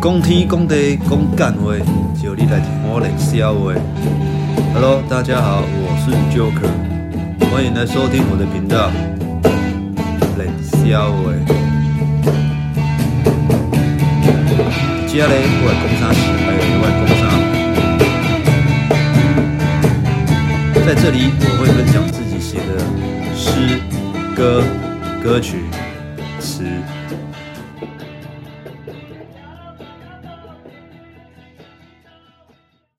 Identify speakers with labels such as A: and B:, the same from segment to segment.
A: 讲天讲地讲干话，就你来听我冷笑话。Hello，大家好，我是 Joker，欢迎来收听我的频道冷笑话。接下来我来讲啥？哎，我来讲啥？在这里我会分享自己写的诗、歌、歌曲、词。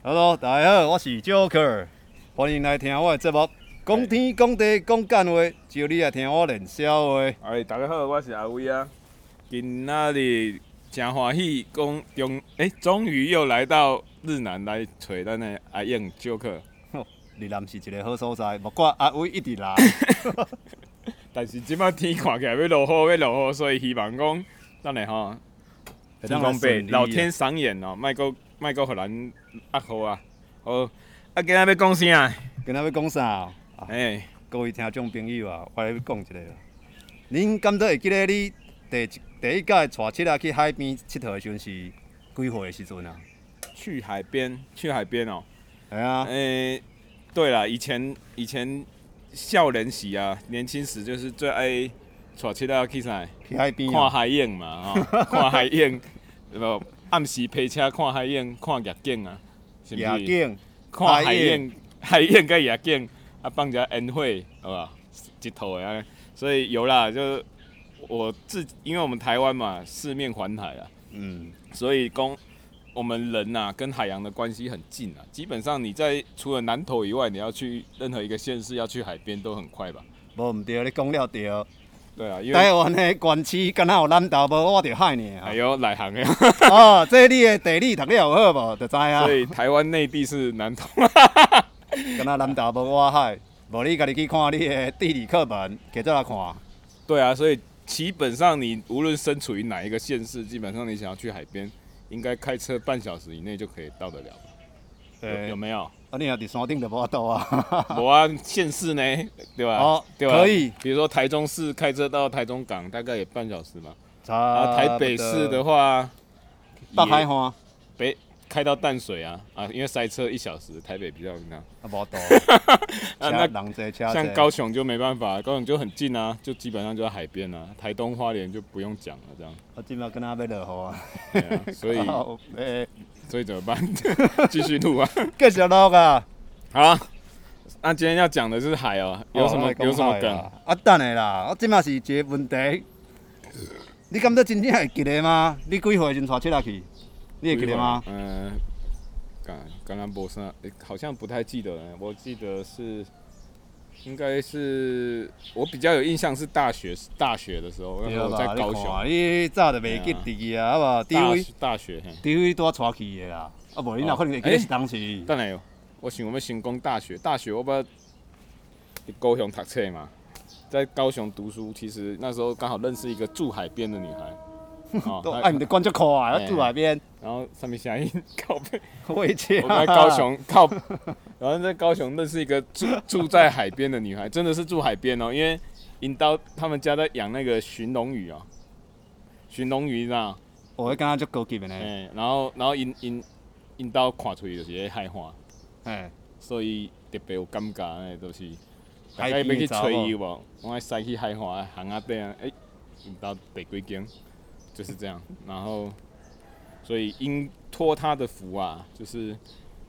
A: Hello，大家好，我是 Joker，欢迎来听我的节目。讲天讲地讲干话，就你来听我冷笑话。
B: 哎，大家好，我是阿威啊。今仔日诚欢喜，讲终哎，终于又来到日南来找咱的阿燕 Joker。
A: 你南是一个好所在，莫怪阿伟一直 来。
B: 但是即摆天看起来要落雨，要落雨，所以希望讲咱的吼，
A: 会
B: 天
A: 当来
B: 公伯
A: 顺利啊
B: 老天赏眼哦，莫阁莫阁互咱压雨啊。好，啊今仔要讲啥？
A: 今仔要讲啥哦？啊
B: 哎，
A: 各位听众朋友啊，我来讲一个。恁敢觉会记得你第一第一届带七啊去海边佚佗的时阵是几岁的时阵啊？
B: 去海边，去海边哦。
A: 系啊，
B: 诶、对了，以前以前少年时啊，年轻时就是最爱带七仔去啥，
A: 去海边
B: 看
A: 啊，
B: 海影 嘛，吼、看海影，无暗时陪车看海影，看夜景啊，是毋
A: 夜
B: 是？
A: 景，
B: 看
A: 海
B: 海
A: 影
B: 影，海影甲夜景，啊放一下烟火，好吧，一套的啊，所以有啦，就我自因为我们台湾嘛，四面环海啊，
A: 嗯，
B: 所以公我们人呐、跟海洋的关系很近啊。基本上你在除了南投以外，你要去任何一个县市要去海边都很快吧？
A: 无毋对，你讲了对。
B: 对啊，因为
A: 台湾的县市敢若有南投无，我着海呢。
B: 哎呦来航呀，
A: 哦，这你的地理读了有好无？就知啊
B: 所。以台湾内地是南投。
A: 敢若南投无我海，无你家己去看你的地理课本，加再来看。
B: 对啊，所以基本上你无论身处于哪一个县市，基本上你想要去海边，应该开车半小时以内就可以到得了吧？有有 没有？
A: 啊，你若伫山顶就无法度啊。
B: 我啊，县市呢，对吧？
A: 哦
B: 对吧？
A: 可以
B: 比如说台中市开车到台中港大概也半小时嘛， 啊，
A: 啊
B: 台北市的话，
A: 北
B: 也
A: 海岸啊，
B: 北开到淡水啊啊，因为塞车一小时，台北比较那样。
A: 无度。 车
B: 啊，那
A: 人侪车侪。
B: 像高雄就没办法，高雄就很近啊，就基本上就在海边啊。台东花莲就不用讲了，这样。
A: 我啊今麦跟他要落雨啊。
B: 对啊、 所以
A: 靠北
B: 所以怎么办？ 继续录啊。
A: 继续落啊。
B: 好啊，那今天要讲的是海哦，有什么、
A: 哦
B: 有什么？
A: 咱来讲
B: 梗
A: 海？啦啊，等下啦，我即麦是一个问题。你感觉真正会记得吗？你几岁先带出来去？你会记得吗？
B: 嗯、刚刚刚播上，诶啊哎好像不太记得了。我记得是，应该是我比较有印象是大学大学的时候，那时候我在
A: 吧？
B: 高
A: 你看，
B: 雄，
A: 你早就袂记得啊，啊无，除
B: 大
A: 非
B: 学大学。嘿
A: 除非带带去的啦，啊无
B: 哦
A: 你若可能会记得是当时。
B: 等下哦，我想我要先讲大学，大学我捌伫高雄读册嘛，在高雄读书，其实那时候刚好认识一个住海边的女 孩，哦
A: 都
B: 她
A: 哎，毋得管足快啊，
B: 哎
A: 住海边，
B: 然后上面声音靠背，
A: 我以前
B: 我在高，雄靠，然后在高雄认识一个住 住在海边的女孩，真的是住海边哦，因为引导他们家在养那个寻龙鱼哦，寻龙鱼啦，
A: 我会感觉足高级的
B: 哎、
A: 呢。
B: 然后然后因因因导看出去就是咧海花。
A: 哎，
B: 所以特别有感觉诶，就是大
A: 海
B: 家要
A: 边的
B: 去
A: 查某
B: 找伊无，我爱驶去海岸巷仔底啊，诶、毋到第几间，就是这样。然后，所以因托他的福啊，就是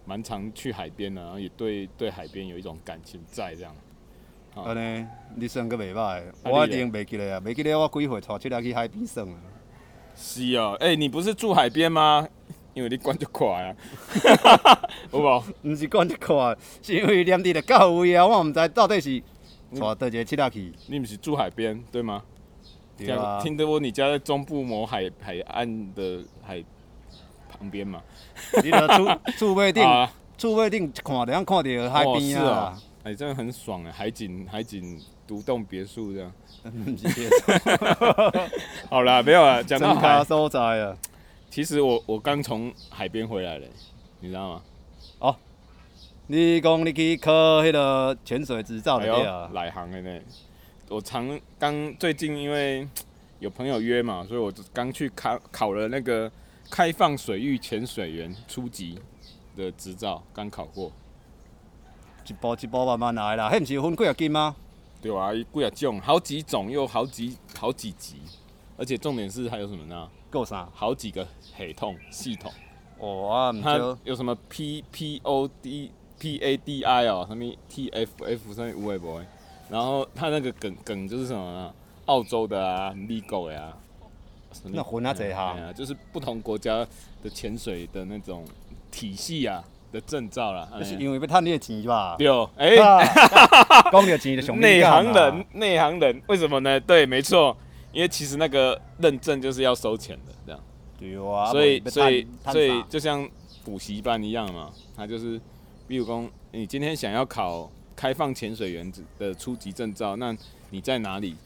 B: 蛮常去海边的、然后也对对海边有一种感情在这样。好
A: 安尼你算阁袂歹，
B: 哦你
A: 我一
B: 嘞
A: 定袂记得啊，袂记得我几岁带出来去海边耍啊。
B: 是哦，诶、你不是住海边吗？因为你管就快啊，有无？
A: 毋是管一块，啊是因为念伫着到位啊，我毋知到底是带倒一个七落去。
B: 你不是住海边对吗？
A: 对啊，
B: 听得我你家在中部某海海岸的海旁边嘛？
A: 你着厝厝尾顶，
B: 啊，
A: 厝尾顶一看着，通看着海
B: 哦
A: 边 啊，
B: 是哦，哎、真的很爽哎，海景海景独栋别墅这样。
A: 毋是别
B: 好啦，没有 啊，讲
A: 真
B: 到
A: 卡
B: 海，
A: 所在啊。
B: 其实我我刚从海边回来嘞，你知道吗？
A: 你讲你去考迄个潜水执照就
B: 哎
A: 对啊
B: 呦，，来航了呢。我常刚最近因为有朋友约嘛，所以我就刚去考考了那个开放水域潜水员初级的执照刚考过，
A: 一步一步慢慢来啦，迄毋是分几啊斤吗？
B: 对啊，它贵啊种，好几种又好几好几级，而且重点是还有什么呢？
A: 够啥？
B: 好几个hệ 统系统，
A: 哦啊，毋
B: 它
A: 少
B: 有什么 P P O D P A D I 哦，什么 T F F 上面无微博，然后它那个梗梗就是什么呢？澳洲的啊，legal 的啊，什么
A: 那混啊侪
B: 哎
A: 项，
B: 呀就是不同国家的潜水的那种体系啊的证照啦。
A: 那是
B: 哎呀
A: 因为要趁你的钱 吧？
B: 对哦，哎，
A: 啊，讲着钱就上
B: 内
A: 敏感啊
B: 行
A: 嘛
B: 人，，内行人，为什么呢？对，没错，因为其实那个认证就是要收钱的，这样。
A: 对啊，
B: 所以
A: 啊
B: 所以
A: 不
B: 所以，
A: 然要趁趁啥
B: 就像补习班一样嘛，他就是，比如说你今天想要考开放潜水员的初级证照，那你在哪里，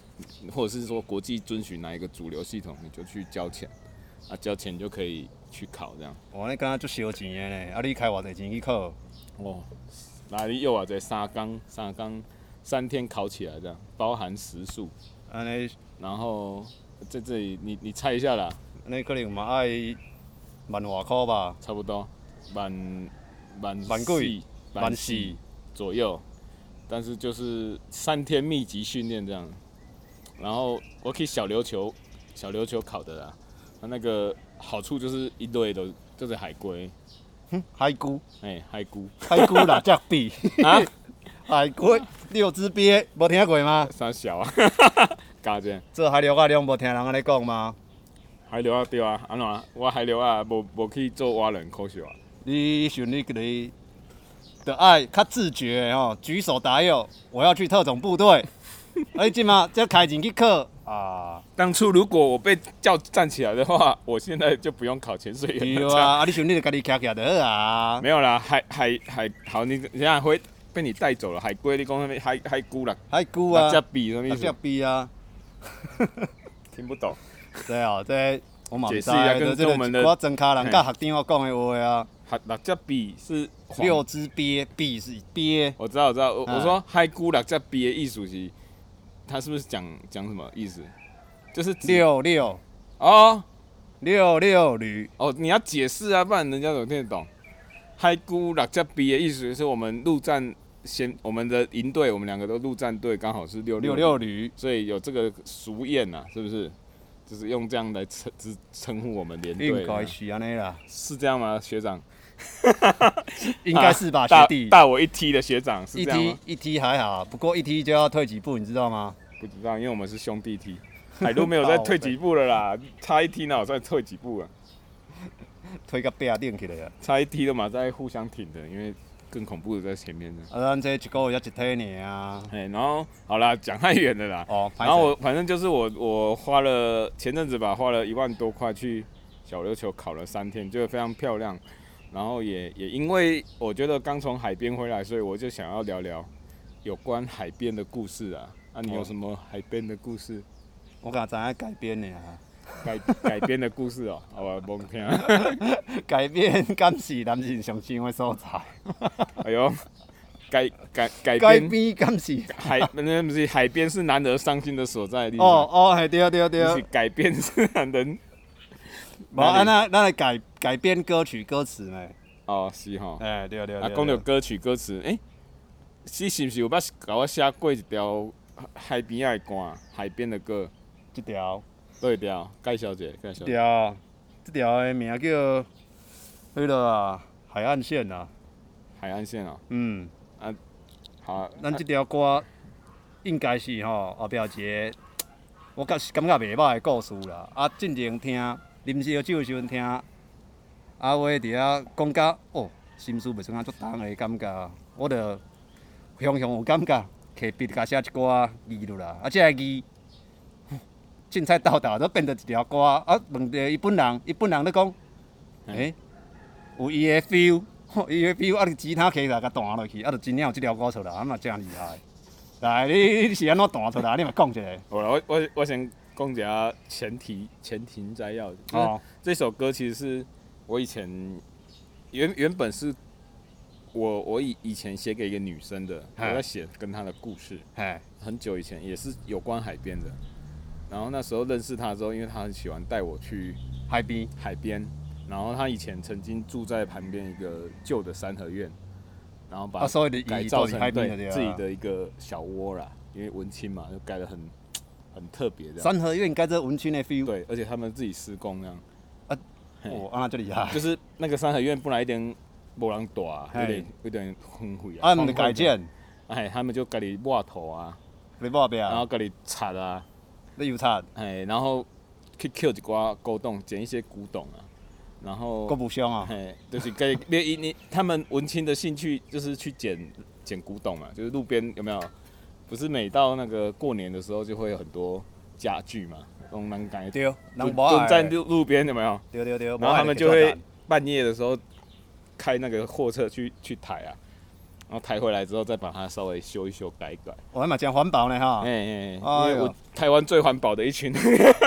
B: 或者是说国际遵循哪一个主流系统，你就去交钱，啊，交钱就可以去考这样。
A: 哇，你敢若足烧钱的呢？啊，你开偌济钱去考？
B: 哦，哪里又啊？这沙缸沙缸三天考起来这样，包含时数，
A: 安尼
B: 然后在这里你你猜一下啦，
A: 安尼可能嘛爱万外箍吧？
B: 差不多满满
A: 万几
B: 满
A: 万
B: 四
A: 四
B: 左右，但是就是三天密集训练这样。然后我去小琉球，小琉球考的啦。那那个好处就是一堆都就是海龟，
A: 海龟，
B: 哎、海 菇
A: 海龟啦，只鳖，
B: 啊，
A: 海龟六只鳖，无听过吗？
B: 三小啊， 嘎这样
A: 做海陆啊，两无听人安尼讲吗？
B: 海流啊对啊，安怎啊我海流啊无无去做蛙人可惜啊。
A: 你想你你的爱较自觉的吼，举手答有，我要去特种部队。啊，你即嘛才开钱去考啊？
B: 当初如果我被叫站起来的话，我现在就不用考潜水员
A: 对
B: 了。
A: 啊，啊你想你就家己徛徛就好啊。
B: 没有啦，海海海，好，你你下回被你带走了。海龟，你讲什么海海龟啦？
A: 海龟
B: 大
A: 啊
B: 家，比什么意
A: 啊只
B: 思？
A: 逼啊，
B: 听不懂。
A: 对啊，这我嘛不知
B: 解释一下
A: 道
B: 跟
A: 这
B: 跟我们的
A: 我真卡人甲学长我讲的话啊，
B: 海六只比是黄
A: 六，只鳖，鳖是鳖，
B: 我知道我知道。我
A: 啊
B: 我说海龟六只比的意思是，他是不是讲讲什么意思？就是指
A: 六六
B: 哦
A: 六六驴，
B: 哦，你要解释啊，不然人家怎么听得懂？海龟六只比的意思是我们陆战先，我们的营队，我们两个都陆战队，刚好是六
A: 六六驴，
B: 所以有这个俗谚呐、是不是？就是用这样来称之称呼我们连队
A: 应
B: 的
A: 该
B: 呢，
A: 是安尼啦，
B: 是这样吗，学长？
A: 应该是吧，
B: 大
A: 学弟。
B: 大我一梯的学长是
A: 一
B: 这样
A: 梯
B: 吗？
A: 一梯还好，不过一梯就要退几步，你知道吗？
B: 不知道，因为我们是兄弟梯，海陆 没有再
A: 哦
B: 退几步了啦，差一梯哪有再退几步啊？
A: 推个壁顶起来啊！
B: 差一梯都嘛在互相挺的，因为更恐怖的在前面呢。
A: 啊，咱这一个月才一体尔啊！
B: 哎，然后好啦，讲太远了啦。
A: 哦，
B: 然后我反正就是我我花了前阵子吧，花了一万多块去小琉球烤了三天，就非常漂亮。然后也也因为我觉得刚从海边回来，所以我就想要聊聊有关海边的故事啊。啊，你有
A: 哦
B: 什么海边的故事？
A: 我敢知影改变的啊，
B: 改改编的故事哦、好吧，甭听。
A: 改变敢是男人上心的所在，
B: 哎呦，改改改
A: 改
B: 编
A: 变敢是
B: 海，那不是海边是男儿伤心的所在地方。
A: 哦，哦，嘿对对对
B: 不，是改编是男人。
A: 无啊那咱来改改编歌曲歌词呢？
B: 哦，是哈。
A: 哎对对
B: 啊，
A: 对，
B: 讲到歌曲歌词，诶、你是毋是有捌甲我写过一条海边的歌，海边的歌？
A: 这条
B: 对条，介绍者，介
A: 这
B: 绍一下。
A: 条这条的名叫迄落啊海岸线啊，
B: 海岸线哦、
A: 嗯。
B: 好啊，
A: 咱即条歌应该是吼后壁有一个，我感是感觉袂歹的故事啦。啊，进前听，啉烧酒的时阵听，啊阿威伫遐讲到，哦，心思袂算啊足重的感觉，我着雄雄有感觉，摕笔甲写一寡字落来，啊，即个字。凊彩斗斗都变做一条歌，啊，问着伊本人，伊本人咧讲，
B: 嗯
A: 诶、有伊的 feel，吼伊的 feel，啊，你吉他起来甲弹落去，啊，就真正有即条歌出来，啊嘛真厉害。来，你你是安怎弹出来？你嘛讲一 下。
B: 好啦，我我我先讲一下前提前提摘要。哦，
A: 哦，
B: 这首歌其实是我以前原原本是我我以以前写给一个女生的，我
A: 嗨
B: 在写跟她的故事。
A: 嘿，
B: 很久以前也是有关海边的，然后那时候认识她之后，因为她很喜欢带我去
A: 海边，
B: 海边，然后他以前曾经住在旁边一个旧的三合院，然后把
A: 啊所以你
B: 改
A: 移
B: 造
A: 到你
B: 成
A: 海边就对啊
B: 对
A: 了
B: 自己的一个小窝啦，因为文青嘛，就盖得很很特别的，
A: 三合院该这文青的 feel，
B: 对，而且他们自己施工那样，嘿
A: 哦，啊那就厉害
B: 就。是那个三合院本来一点没人住啊，有
A: 嘿
B: 点有点荒废啊，
A: 啊，
B: 荒
A: 毋
B: 废
A: 是
B: 的
A: 改，建，
B: 哎，他们就家己挖土啊，
A: 你抹壁
B: 然后
A: 啊，
B: 家己擦啊，
A: 你油漆，
B: 哎，然后去捡一寡古董，捡一些古董啊，然后
A: 国无伤 啊，
B: 嘿，就是跟别因你他们文青的兴趣就是去捡捡古董嘛，就是路边有没有？不是每到那个过年的时候就会有很多家具嘛，用那种感觉
A: 对，人
B: 蹲
A: 无爱
B: 蹲
A: 的，
B: 在路路边有没有？
A: 对对对，
B: 然后他们
A: 无爱
B: 就
A: 的
B: 会
A: 给
B: 半夜的时候开那个货车去去抬啊，然后抬回来之后再把它稍微修一修改一改。
A: 做蛋，我哦嘛讲环保呢哈，
B: 哎哎
A: 哎
B: 哎，
A: 呦
B: 因为我台湾最环保的 一群，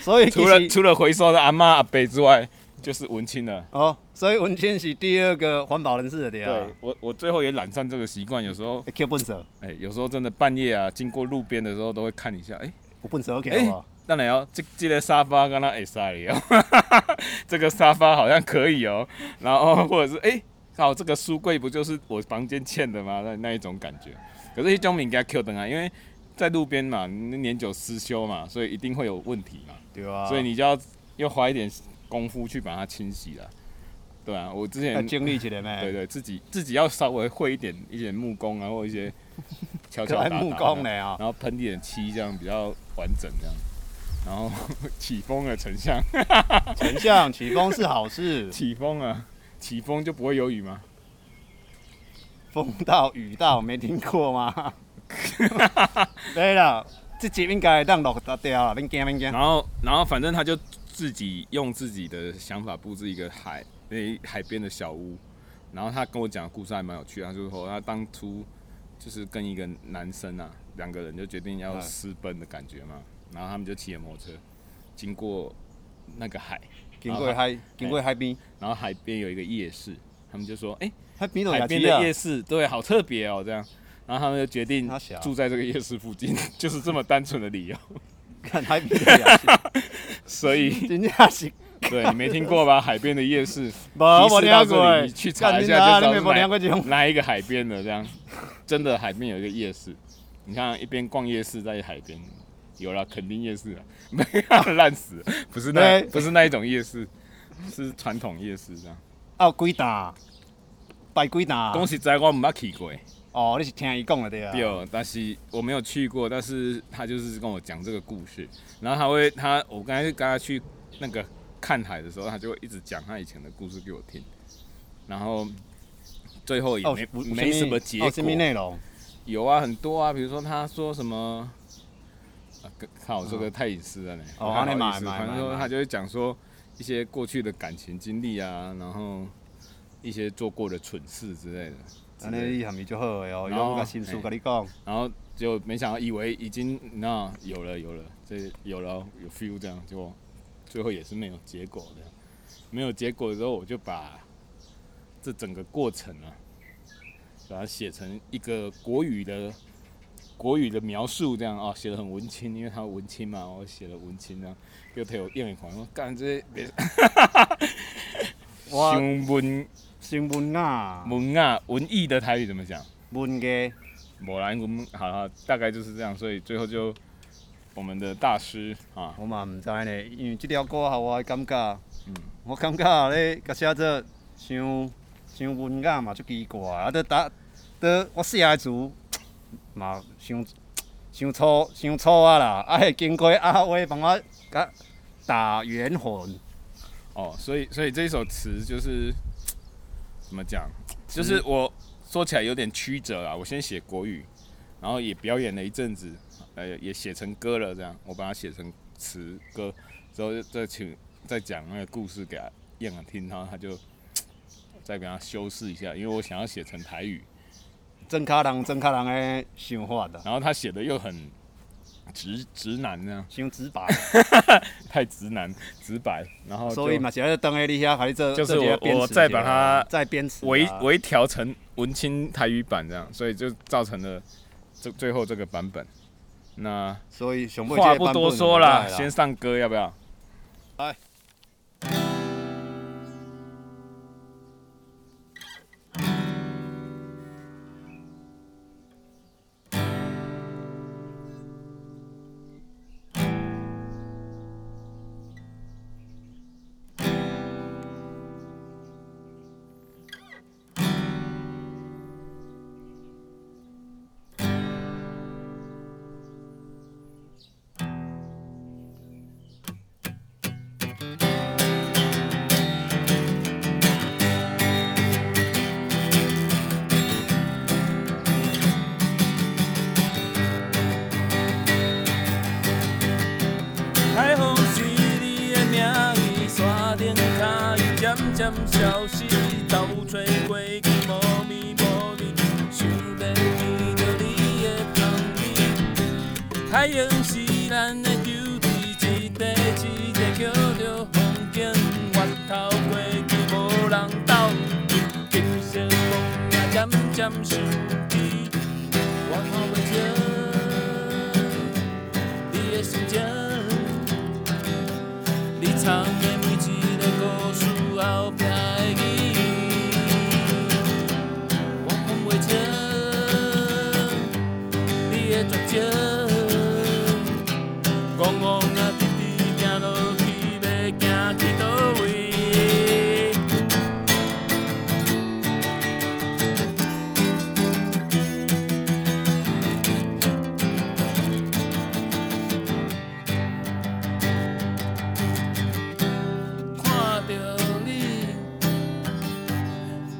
A: 所以其
B: 除了
A: 实
B: 除了回收的阿妈阿伯之外，就是文青了。
A: 哦，所以文青是第二个环保人士的对啊
B: 对，我，我最后也染上这个习惯，有时候，
A: 会捡粪扫，
B: 哎、有时候真的半夜啊，经过路边的时候都会看一下，哎、
A: 有粪扫
B: 哎
A: 捡无？
B: 当然要这这个沙发跟他哎塞里哦， 这个沙发好像可以哦，然后或者是哎，好、这个书柜不就是我房间欠的吗？那那一种感觉，可是一种敏给他 Q 灯啊，因为在路边嘛，你年久失修嘛，所以一定会有问题嘛。
A: 对啊，
B: 所以你就要要花一点功夫去把它清洗了。对啊，我之
A: 要
B: 前
A: 经历一下
B: 对
A: 咩？
B: 对，自己自己要稍微会一点一点木工啊，或 一些敲敲
A: 爱
B: 打打
A: 木
B: 的
A: 工呢啊，
B: 然后喷一点漆，这样比较完整这样。然后 起风了，丞相，，
A: 丞相起风是好事
B: 起风了，起风就不会有雨吗？
A: 风到雨到没听过吗？ 对啦，这集应该当落得掉啦，免惊免惊。
B: 然后然后反正他就自己用自己的想法布置一个海那海边的小屋，然后他跟我讲的故事还蛮有趣的，他就说他当初就是跟一个男生啊，两个人就决定要
A: 嗯
B: 私奔的感觉嘛，然后他们就骑着摩托车经过那个海，
A: 经过
B: 哎
A: 海，经过海边，
B: 然后海边有一个夜市，他们就说哎、
A: 海边都
B: 海
A: 有
B: 边
A: 鸡啊
B: 的，夜市，对，好特别哦，这样。然后他们就决定
A: 他小
B: 住在这个夜市附近， 就是这么单纯的理由。
A: 看海边都有夜市
B: 所 以，
A: 真正是，
B: 对你没听过吧？海边的夜市，
A: 无
B: 提
A: 无
B: 示
A: 听过
B: 到这
A: 的，
B: 里，你去查一下
A: 干
B: 就
A: 你
B: 知
A: 娘你没听
B: 道是哪
A: 过这种，
B: 哪一个海边的这样。真的海边有一个夜市，你看一边逛夜市在海边，有了肯定夜市了，没有啊烂死了，不是那
A: 对
B: 不是那一种夜市，是传统夜市这样。
A: 啊有几担，摆几担，
B: 恭喜哦在我没去过，
A: 哦，你是听伊讲的对啊，
B: 有，但是我没有去过，但是他就是跟我讲这个故事，然后他会他我刚才跟他去那个看海的时候，他就会一直讲他以前的故事给我听，然后最后也
A: 哦，
B: 没、
A: 有有
B: 没什么结
A: 哦，什么
B: 果。
A: 内容？
B: 有啊，很多啊，比如说他说什么，啊，跟靠，这个太隐私了呢。
A: 哦
B: 不好
A: 那
B: 意
A: 买
B: 思
A: 买
B: 反正
A: 买
B: 说
A: 买
B: 他就会讲说一些过去的感情经历啊，然后一些做过的蠢事之类的。
A: 安尼你含咪就好诶哦，伊
B: 然后
A: 拢甲心事甲你讲，
B: 然后就没想到，以为已经那有了有了，这有了哦有 feel 这样，结果最后也是没有结果的。没有结果的时候，我就把这整个过程啊，把它写成一个国语的国语的描述，这样啊、哦，写的很文青，因为他文青嘛，我写了文青这样，又特有艳一款，我干这别
A: 我
B: 像文
A: 新闻啊，
B: 文啊文艺的台语怎么讲？
A: 文嘅
B: 某兰我们好了，大概就是这样，所以最后就我们的大师啊，
A: 我嘛毋知呢，因为即条歌互我的感觉，
B: 嗯
A: 我感觉咧甲写做像像文雅嘛，足奇怪啊！都打都我写诶字嘛，伤伤粗伤粗啊啦，啊，会经过阿威帮我甲打圆混，
B: 哦，所以所以这一首词就是怎么讲，就是我说起来有点曲折啊。我先写国语，然后也表演了一阵子，呃，也写成歌了，这样我把它写成词歌之后，再请再讲那个故事给他燕儿听，然后他就再给他修饰一下，因为我想要写成台语。
A: 真卡人真卡人诶想法啦，
B: 然后他写的又很直直男那样，
A: 伤直 白。
B: 太直男直白，然后
A: 所以
B: 就
A: 嘛，是要等下你遐，还这
B: 哦就是
A: 这
B: 我
A: 个编
B: 我
A: 词
B: 再
A: 一下
B: 把它
A: 再编词啊，
B: 微微调成文青台语版这样，所以就造成了这最后这个版本。那
A: 所以熊妹
B: 话不多说
A: 了，
B: 啦，先上歌要不要？
A: 来。
C: 渐消失，走找过去无味无味，想要见到你的香味。海洋是咱的旧地，一块一块捡着风景，越头过去无人斗，一根小风也渐渐想起，我看袂清你的心情。你藏的每一个故事后壁的字，我看袂清你的绝情。戆戆啊，直直行落去，要行去倒位？看到你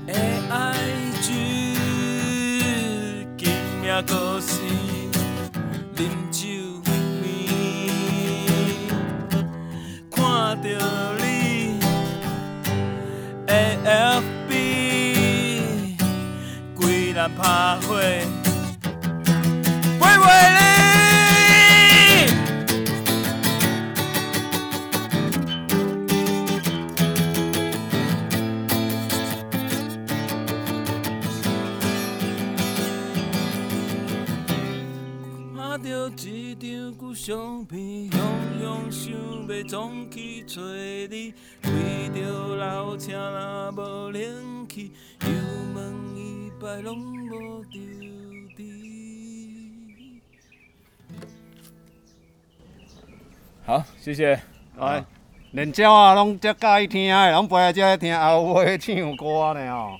C: 的爱情，今夜故事，饮酒眠。看到你的 FB，规人拍火，飞袂离。看到啊一张旧相片，雄雄想要总去找你，开着老车若无冷气，又问一摆拢无着你。
B: 好，谢谢。
A: 哎，连鸟啊，拢遮喜意听的，拢飞来遮听后尾唱歌呢吼，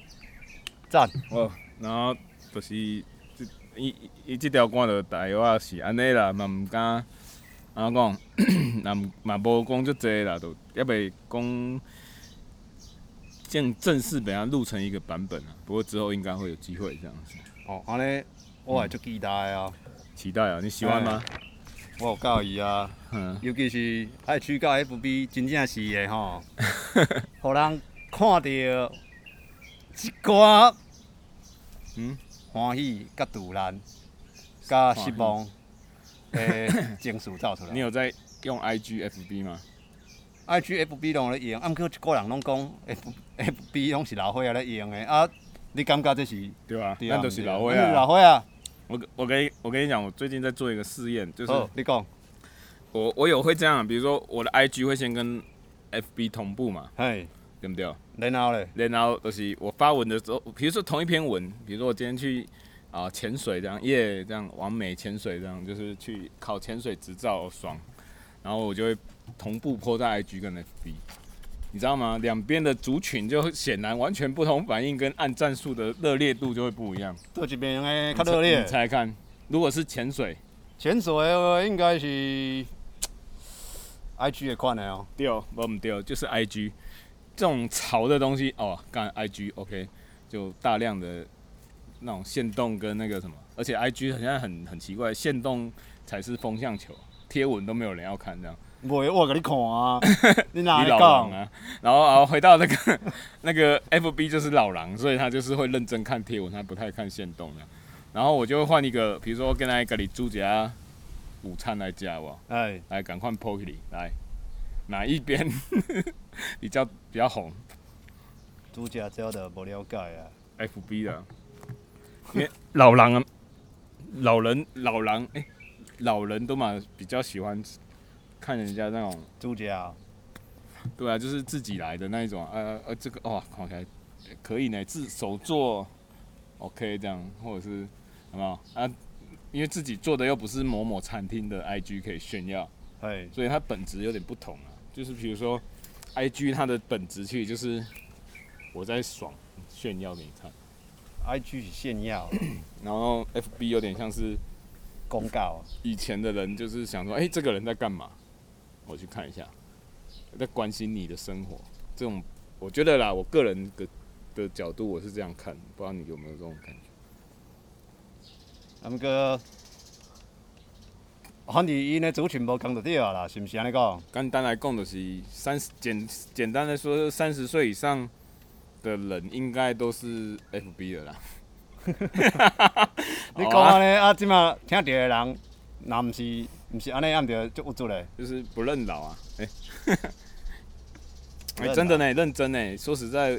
A: 赞！
B: 哦，然后就是即伊伊即条歌就大约啊是安尼啦，嘛毋敢安怎讲， 嘛毋嘛无讲足济啦，都也袂讲正正式把它录成一个版本啊。不过之后应该会有机会这样子，
A: 哦，安尼我也足期待啊，
B: 期待啊！你喜欢吗？
A: 哎我有教伊啊，
B: 嗯，
A: 尤其是爱去到 FB 真正是的吼，互人看到一寡
B: 嗯
A: 欢喜、甲突然、甲失望的情绪走出来。
B: 你 有在用 IG、FB 吗？
A: IG、FB 拢咧用，啊，毋过一个人拢讲 F FB 拢是老伙仔咧用的啊，你感觉这是
B: 对吧？
A: 对啊
B: 那都是老伙
A: 咱就是老
B: 啊。
A: 伙仔。
B: 我我跟你我跟你讲，我最近在做一个试验，就是
A: 好，你讲，
B: 我我有会这样，比如说我的 IG 会先跟 FB 同步嘛，
A: 嘿，
B: 对不对？
A: 然后咧，
B: 然后就是我发文的时候，比如说同一篇文，比如说我今天去啊潜、水这样，耶、这样完美潜水这样，就是去考潜水执照爽，然后我就会同步 po 在 IG 跟 FB，你知道吗？两边的族群就显然完全不同，反应跟按战术的热烈度就会不一样。
A: 倒一边诶较热烈
B: 你。猜看，如果是潜水，
A: 潜水的话应该是 IG 的款的哦。
B: 对，我们对，就是 IG 这种潮的东西哦，干 IG OK，就大量的那种线动跟那个什么，而且 IG 好像很很奇怪，线动才是风向球，贴文都没有人要看这样。
A: 袂，我给你看 啊，你哪
B: 你
A: 会
B: 老狼
A: 讲？
B: 啊，然后然后回到那个 那个 FB 就是老狼，所以他就是会认真看贴文，他不太看线动的。然后我就会换一个，比如说跟他咖喱猪夹啊午餐来加哇，
A: 哎，
B: 来赶快 PO 你来，哪一边 比较比较红？
A: 主角这的无了解啊。
B: FB 的啊，因为老狼啊，老人老狼哎、老人都嘛比较喜欢看人家那种，
A: 主角，
B: 对啊，就是自己来的那一种，呃呃，这个哇，看起来可以呢，自手做 OK 这样，或者是有没有啊？因为自己做的又不是某某餐厅的 IG 可以炫耀，
A: 嘿，
B: 所以它本质有点不同啊。就是比如说，IG 它的本质其实就是我在爽炫耀给你看，
A: IG 是炫 耀
B: 然后 FB 有点像是
A: 公告，
B: 以前的人就是想说，哎、这个人在干嘛？我去看一下，在关心你的生活。这种我觉得啦，我个人的的角度我是这样看，不知道你有没有这种感觉？
A: 啊，毋过，反正因的族群无共就对啊啦，是毋是安尼讲？
B: 简单来讲，就是三十简简单来说，三十岁以上的人应该都是 FB 的啦。
A: 你
B: 好
A: 讲
B: 啊
A: 安尼啊，即马听到的人，若毋是毋是安尼，啊毋着足有做嘞。
B: 就是不认老啊， 哎、
A: 不认
B: 哎、
A: 老
B: 真的呢，认真呢。说实在，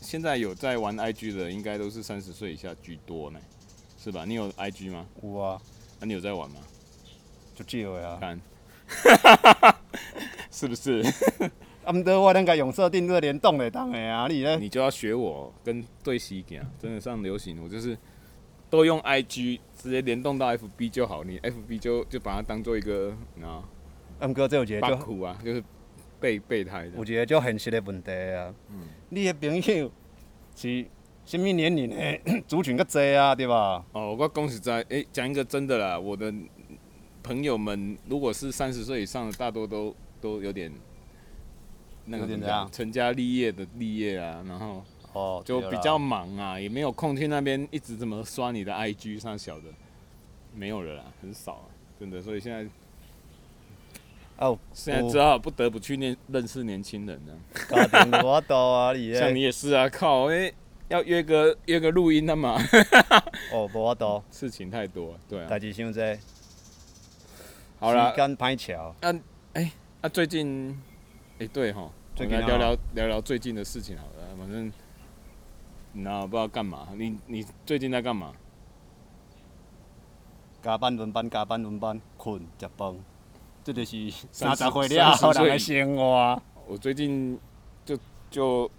B: 现在有在玩 IG 的，应该都是三十岁以下居多呢，是吧？你有 IG 吗？
A: 有啊，
B: 那、你有在玩吗？
A: 足少的啊。
B: 看， 是不是？
A: 啊，毋过我咱甲用设定做联动的当的啊，你咧
B: 你就要学我跟对西点，真的上流行，我就是都用 IG 直接联动到 FB 就好，你 FB 就就把它当做一个啊
A: 啊，毋过这有一个
B: 八
A: 足
B: 苦啊，就是备备胎
A: 有
B: 的。
A: 一个足现实的问题啊。
B: 嗯
A: 你的朋友是啥物年龄的 族群较济啊，对吧？
B: 哦，我讲实在，诶、讲一个真的啦，我的朋友们如果是三十岁以上的，大多都都有点那个
A: 有点
B: 怎么
A: 怎
B: 讲，
A: 样
B: 成家立业的立业啊，然后
A: 哦，
B: 就
A: 对啦
B: 比较忙啊，也没有空去那边一直怎么刷你的 IG 上小的，没有了啦，很少啊，真的，所以现在
A: 哦，
B: 现在只好不得不去念认识年轻人呢、
A: 家庭无法度啊，你
B: 像
A: 咧
B: 你也是啊，靠，诶、要约个约个录音的嘛，
A: 哦无法度，
B: 事情太多了，对啊
A: 代，志伤济，
B: 好啦
A: 时，间歹调。
B: 啊，最近，哎、对哈，我
A: 最
B: 们
A: 近
B: 来
A: 啊
B: 聊聊聊聊最近的事情好了。反正，那不知道干嘛？你你最近在干嘛？
A: 加班轮班，加班轮班，困食饭，这就是
B: 三
A: 三
B: 十
A: 十岁了后人的
B: 三十岁
A: 生活。
B: 我最近就就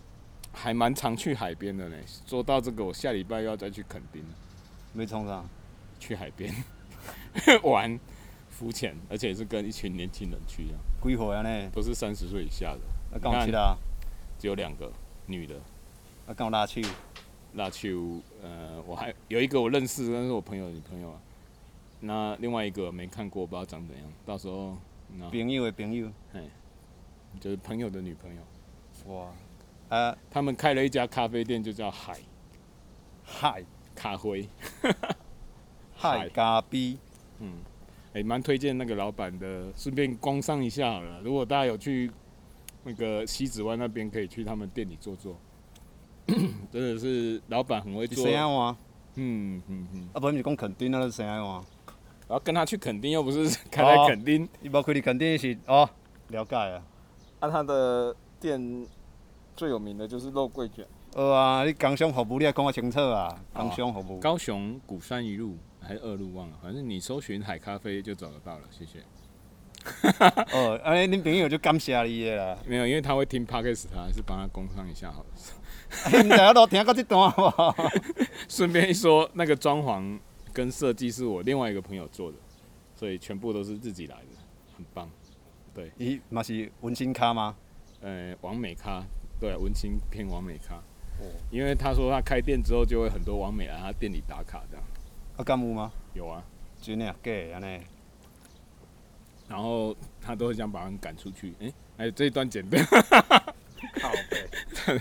B: 还蛮常去海边的呢。说到这个，我下礼拜又要再去垦丁了，
A: 没创啥，
B: 去海边 玩浮潜，而且是跟一群年轻人去的，
A: 几岁安尼？
B: 都是三十岁以下的，
A: 啊，敢有去啦？
B: 只有两个女的。
A: 啊，敢有拉手？
B: 那去呃，我还有一个我认识，但是我朋友的女朋友啊。那另外一个没看过，不知道长怎样。到时候那
A: 朋友的朋友，
B: 就是朋友的女朋友，
A: 哇！啊，
B: 他们开了一家咖啡店，就叫海
A: 嗨
B: 咖啡。嗨
A: 嗨咖啡，
B: 嗯，哎、蛮推荐那个老板的，顺便工商一下好了。如果大家有去那个西子湾那边，可以去他们店里坐坐。 真的是老板很会
A: 是
B: 做
A: 生，啊碗？
B: 嗯嗯嗯，
A: 啊，不，毋是讲肯定啊，是生啊碗。
B: 然后跟他去垦丁，又不是 开在
A: 哦
B: 垦丁，
A: 伊无开你肯定是哦，了解啊。
B: 那他的店最有名的就是肉桂卷。
A: 好啊，你工商服务你也讲啊清楚啊，工商服务。
B: 高雄鼓山一路还是二路忘了，反正你搜寻海咖啡就找得到了。谢谢。
A: 哦，安尼恁朋友就感谢你的啦。
B: 没有，因为他会听 podcast，他还是帮他工商一下好了。
A: 啊你毋知影都听过这段无？
B: 顺便一说，那个装潢跟设计是我另外一个朋友做的，所以全部都是自己来的，很棒。
A: 伊嘛是文青咖吗？
B: 呃，王美咖，对，啊文青偏王美咖。
A: 哦
B: 因为他说他开店之后就会很多王美来他店里打卡这样。
A: 啊，敢有吗？
B: 有啊，
A: 真诶假诶安尼？
B: 然后他都会想把人赶出去。哎、还有这一段剪掉。
A: 靠背。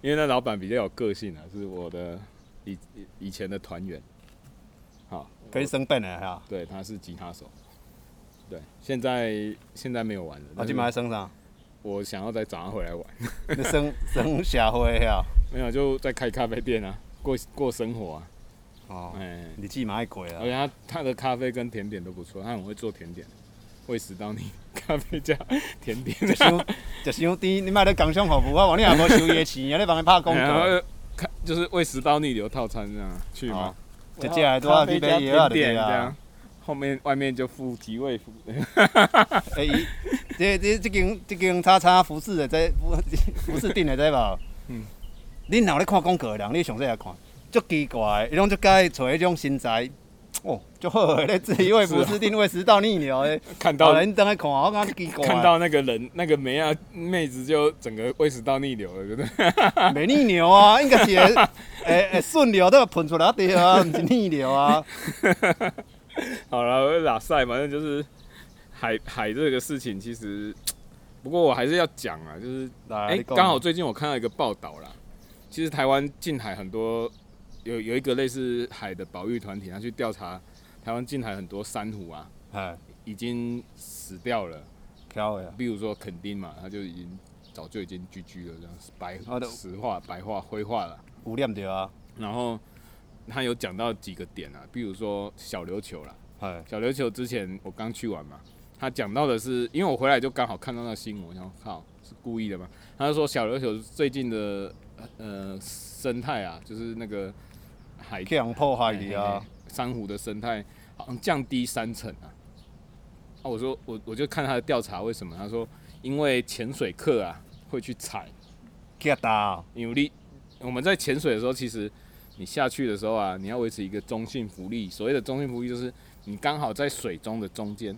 B: 因为那老板比较有个性啊，是我的以以前的团员，好，
A: 可以生变诶哈。
B: 对，他是吉他手，对，现在现在没有玩了，
A: 啊，
B: 但
A: 即
B: 是
A: 摆生啥？
B: 我想要再找他回来玩，
A: 你生 生社会的啊。
B: 没有就在开咖啡店啊，过过生活啊，
A: 哦。
B: 哎、
A: 日子嘛爱过
B: 而
A: 啊
B: 且。他他的咖啡跟甜点都不错，他很会做甜点，会食到你咖啡加甜点，
A: 一箱一箱甜，你莫咧工商服务啊，我你也无收伊的钱，啊，你帮伊拍 广
B: 然
A: 告。
B: 后看就是会食到逆流套餐这样啊去吗？
A: 哦一只来拄啊，你买药啊，就对啊。。
B: 后面外面就附提味服，
A: 诶、欸伊 这这这间这间叉叉服饰的在服服饰店的在无？
B: 嗯
A: 嗯，你若有咧看广告的人，你上这来看，足奇怪的，伊拢足爱找迄种身材，哦，足好诶咧，自己为服饰店为食到逆流诶，
B: 看
A: 啊 到
B: 到
A: 人当来看，我感觉奇怪，啊
B: 看到那个人那个梅亚妹子就整个胃食道逆流了，对不对？
A: 袂逆流 啊，应该是会会会顺流都喷出来对啊，毋是逆流 啊，
B: 好了，拉塞，反正就是海海这个事情，其实不过我还是要讲啊，就是
A: 来，
B: 哎，
A: 你讲
B: 刚、好最近我看到一个报道啦，其实台湾近海很多有有一个类似海的保育团体，他去调查台湾近海很多珊瑚啊
A: 哎，
B: 已经死掉了，
A: 飘的啊，
B: 比如说垦丁嘛，它就已经早就已经 GG 了，这样白
A: 啊对
B: 石化、白化、灰化了。
A: 有念着啊，
B: 然后他有讲到几个点啊，比如说小琉球啦，
A: 哎，
B: 小琉球之前我刚去完嘛，他讲到的是，因为我回来就刚好看到那新闻，我想靠是故意的吗？他就说小琉球最近的呃生态啊，就是那个海
A: 去人破
B: 哎
A: 坏去啊
B: 嘿嘿嘿，珊瑚的生态好像降低三成啊。啊，我说我我就看他的调查为什么，他说因为潜水客啊会去踩，
A: 去啊打，
B: 因为你我们在潜水的时候，其实你下去的时候啊，你要维持一个中性浮力。所谓的中性浮力，就是你刚好在水中的中间，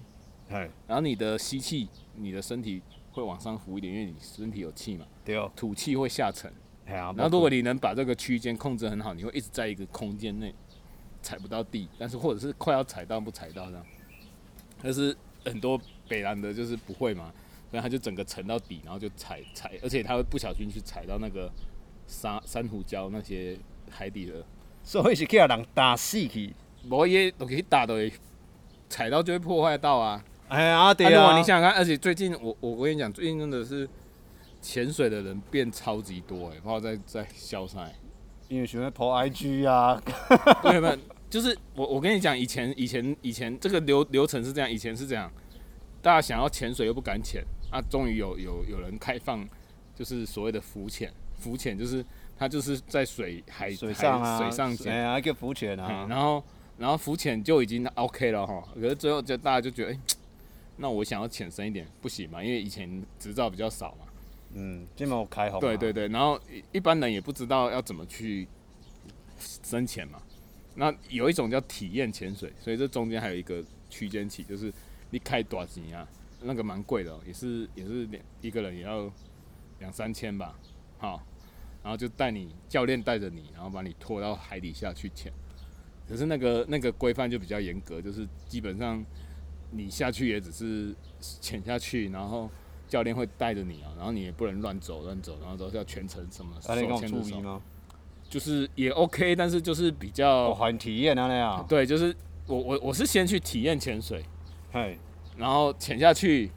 A: 哎，
B: 然后你的吸气，你的身体会往上浮一点，因为你身体有气嘛，
A: 对，
B: 吐气会下沉。
A: 嘿啊，
B: 然后如果你能把这个区间控制很好，你会一直在一个空间内踩不到地，但是或者是快要踩到不踩到这样。但是很多北兰的就是不会嘛，所以他就整个沉到底，然后就踩踩，而且他会不小心去踩到那个沙珊瑚礁那些海底的，
A: 所以是去啊人打死去，
B: 我也我给打的，踩到就会破坏到啊。
A: 哎啊对
B: 啊如果
A: 啊，
B: 你想想看，而且最近我我我跟你讲，最近真的是潜水的人变超级多哎、欸，不知道在在消散欸。
A: 因为想要破 IG 啊，
B: 没有没有，就是我我跟你讲，以前以前以前这个流流程是这样，以前是这样，大家想要潜水又不敢潜，啊，终于有有有人开放，就是所谓的浮潜，浮潜就是它就是在水海
A: 水上啊，
B: 海水上
A: 哎
B: 潜，
A: 啊叫浮潜啊
B: 嗯，然后然后浮潜就已经 OK 了哈，可是最后就大家就觉得，哎、那我想要潜深一点不行嘛，因为以前执照比较少嘛，
A: 嗯，今嘛有开放啊，
B: 对对对，然后一一般人也不知道要怎么去深潜嘛。那有一种叫体验潜水，所以这中间还有一个区间期，就是你开多少钱啊？那个蛮贵的、哦，也是也是两一个人也要两三千吧，好，然后就带你教练带着你，然后把你拖到海底下去潜。可是那个那个规范就比较严格，就是基本上你下去也只是潜下去，然后教练会带着你啊，然后你也不能乱走乱走，然后都是要全程什么手
A: 啊你讲
B: 牵
A: 注
B: 着
A: 意
B: 手，
A: 吗？
B: 就是也 OK，但是就是比
A: 哦，
B: 较
A: 还体验安尼啊，
B: 对，就是我我我是先去体验潜水，
A: 嘿，
B: 然后潜下去，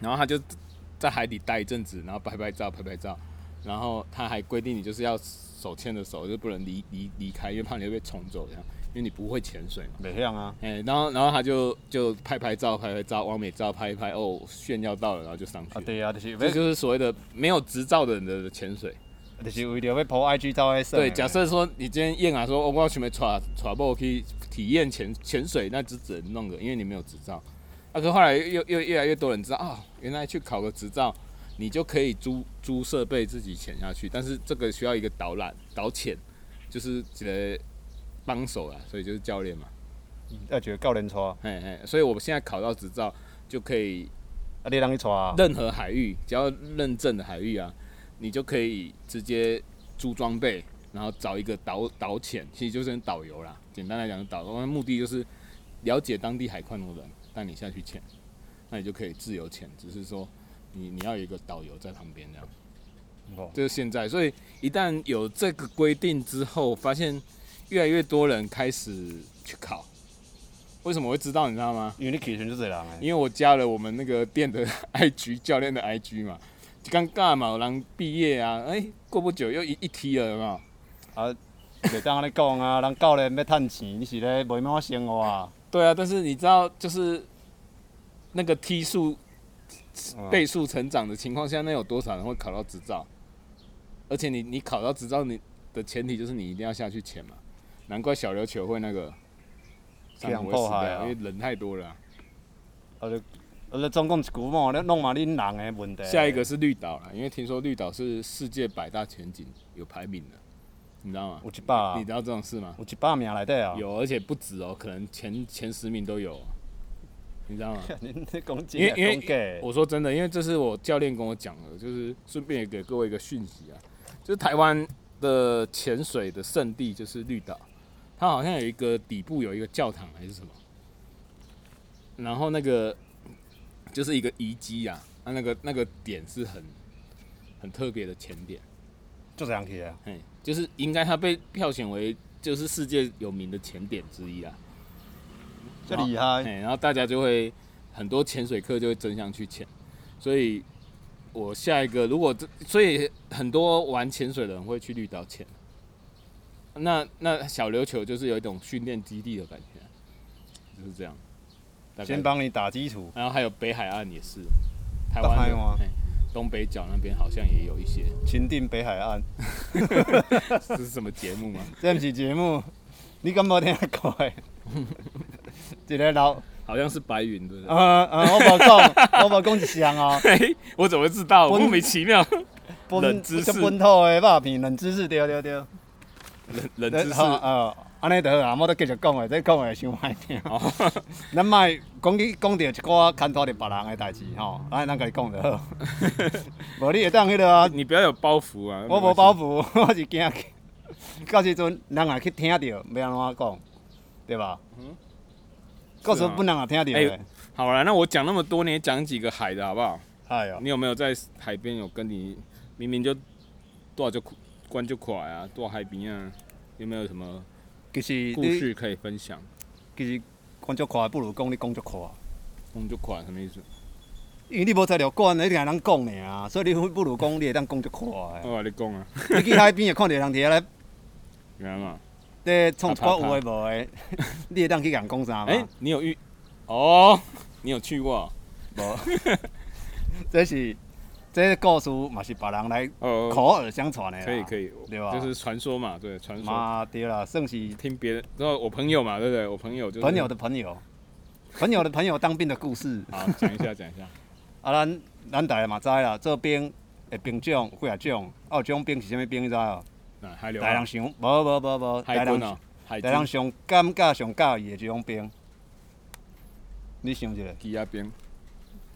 B: 然后他就在海底待一阵子，然后拍拍照，拍拍照，然后他还规定你就是要手牵着手，就不能离离离开，因为怕你会被冲走这样，因为你不会潜水嘛。
A: 袂晓啊，
B: 哎、然后然后他就就拍拍照，拍拍照，完美照拍一拍，哦，炫耀到了，然后就上去
A: 啊
B: 了。
A: 对啊，就是
B: 这
A: 要
B: 就是所谓的没有执照的人的潜水。
A: 就是为着要破 IG 走来算的。
B: 对，假设说你今天验啊，说哦我要准备耍耍我去体验潜潜水，那就只能弄个，因为你没有执照。啊，可后来又又越来越多人知道啊、原来去考个执照，你就可以租租设备自己潜下去，但是这个需要一个导览导潜，就是一个帮手啊，所以就是教练嘛。
A: 要一个教练带，啊
B: 嘿嘿，所以我们现在考到执照就可以
A: 你人去带啊，
B: 任何海域，只要认证的海域啊，你就可以直接租装备，然后找一个导导潜，其实就是导游啦。简单来讲，导游目的就是了解当地海况的人，带你下去潜，那你就可以自由潜，只是说你你要有一个导游在旁边这样。
A: 哦
B: 这是现在，所以一旦有这个规定之后，发现越来越多人开始去考。为什么我会知道？你知道吗？
A: 因为你去的时阵就侪人诶，
B: 因为我加了我们那个店的 IG 教练的 IG 嘛，刚尬嘛，有人毕业啊，哎、过不久又一一梯了，有没有？
A: 啊，袂当安尼讲啊，人教练要趁钱，你是咧袂满生活啊，
B: 对啊，但是你知道，就是那个梯数
A: 嗯
B: 倍数成长的情况下，那有多少人会考到执照？而且你你考到执照，你的前提就是你一定要下去潜嘛。难怪小琉球会那个珊瑚会死
A: 去人迫害
B: 掉，
A: 啊
B: 因为人太多了啊、
A: 啊就啊就总共一句嘛，你弄嘛恁人诶问题。
B: 下一个是绿岛啦，因为听说绿岛是世界百大全景有排名的，你知道吗
A: 有？一百啊，
B: 你知道这种事吗？
A: 有一百名内底啊。
B: 有，而且不止哦，可能前前十名都有哦，你知道 吗？
A: 恁咧讲真
B: 因为因
A: 诶，讲假的？
B: 为我说真的，因为这是我教练跟我讲的，就是顺便也给各位一个讯息啊，就是台湾的潜水的圣地就是绿岛，它好像有一个底部有一个教堂还是什么，然后那个就是一个遗迹啊，啊那个那个点是很很特别的潜点。
A: 就这样去啊，
B: 哎，就是应该他被票选为就是世界有名的潜点之一啊。
A: 这厉害。
B: 哎，然后大家就会很多潜水客就会争相去潜，所以我下一个如果这，所以很多玩潜水的人会去绿岛潜。那那小琉球就是有一种训练基地的感觉，啊就是这样。大概
A: 先帮你打基础，
B: 然后还有北海岸也是，台
A: 北
B: 湾
A: 海
B: 的
A: 吗
B: 嘿东北角那边好像也有一些，
A: 钦定北海岸，
B: 这是什么节目啊吗？
A: 这毋是节目，你敢无听过的？一个老，
B: 好像是白云对不对？
A: 呃呃，我无讲，我无讲一项哦，
B: 嘿哎我怎么会知道？
A: 我
B: 莫名其妙，冷
A: 本
B: 知
A: 这
B: 识
A: 本土的肉片，冷知识，对对对，
B: 冷冷知识
A: 好呃，安尼就好啊，莫得继续讲诶，再讲诶伤歹听。
B: 哦，
A: 咱莫讲去讲到一寡牵拖着别人诶代志吼，咱咱甲你讲就 好。无你会当迄落 啊，
B: 你不要有包袱啊！
A: 我无包
B: 袱，
A: 袱， 我是惊到时阵人也去听着，要安怎讲，对吧？到时
B: 是
A: 候
B: 啊
A: 本人也听着诶
B: 哎。好了，那我讲那么多，你也讲几个海的好不好？
A: 哎哟，
B: 你有没有在海边有跟你明明就多少就关就垮啊，多海边啊，有没有什么
A: 其实
B: 故
A: 你
B: 事可以分享？
A: 其实讲足快，不如讲你讲足快，
B: 关就垮什么意思？
A: 因为你无材料管，你听人讲尔，啊所以你不如讲你会当讲足快的。
B: 我跟你讲啊，
A: 你去海边会看着人伫遐咧
B: 明白吗？
A: 咧创一寡有诶无 诶，你会当去共讲啥
B: 哎、
A: 嘛？
B: 你有遇哦？你有去过？
A: 无，这是这故事嘛是别人来
B: 哦，
A: 口耳相传的啦。
B: 可以可以，
A: 对吧
B: 就是传说嘛，对，传说。
A: 嘛对啦，算是
B: 听别人，然后我朋友嘛，对不对？我朋友就是
A: 朋友的朋友，朋友的朋友当兵的故事。
B: 好，讲一下，讲一下。
A: 啊，咱咱大家嘛知啦，做兵的兵种有几啊种，啊有种兵是啥物兵你知无？
B: 那海流
A: 大
B: 啊
A: 人，想，无无无无，大
B: 海
A: 人
B: 军啊，海
A: 大人
B: 军
A: 上感觉上介意的一种兵。你想一下，
B: 基亚边。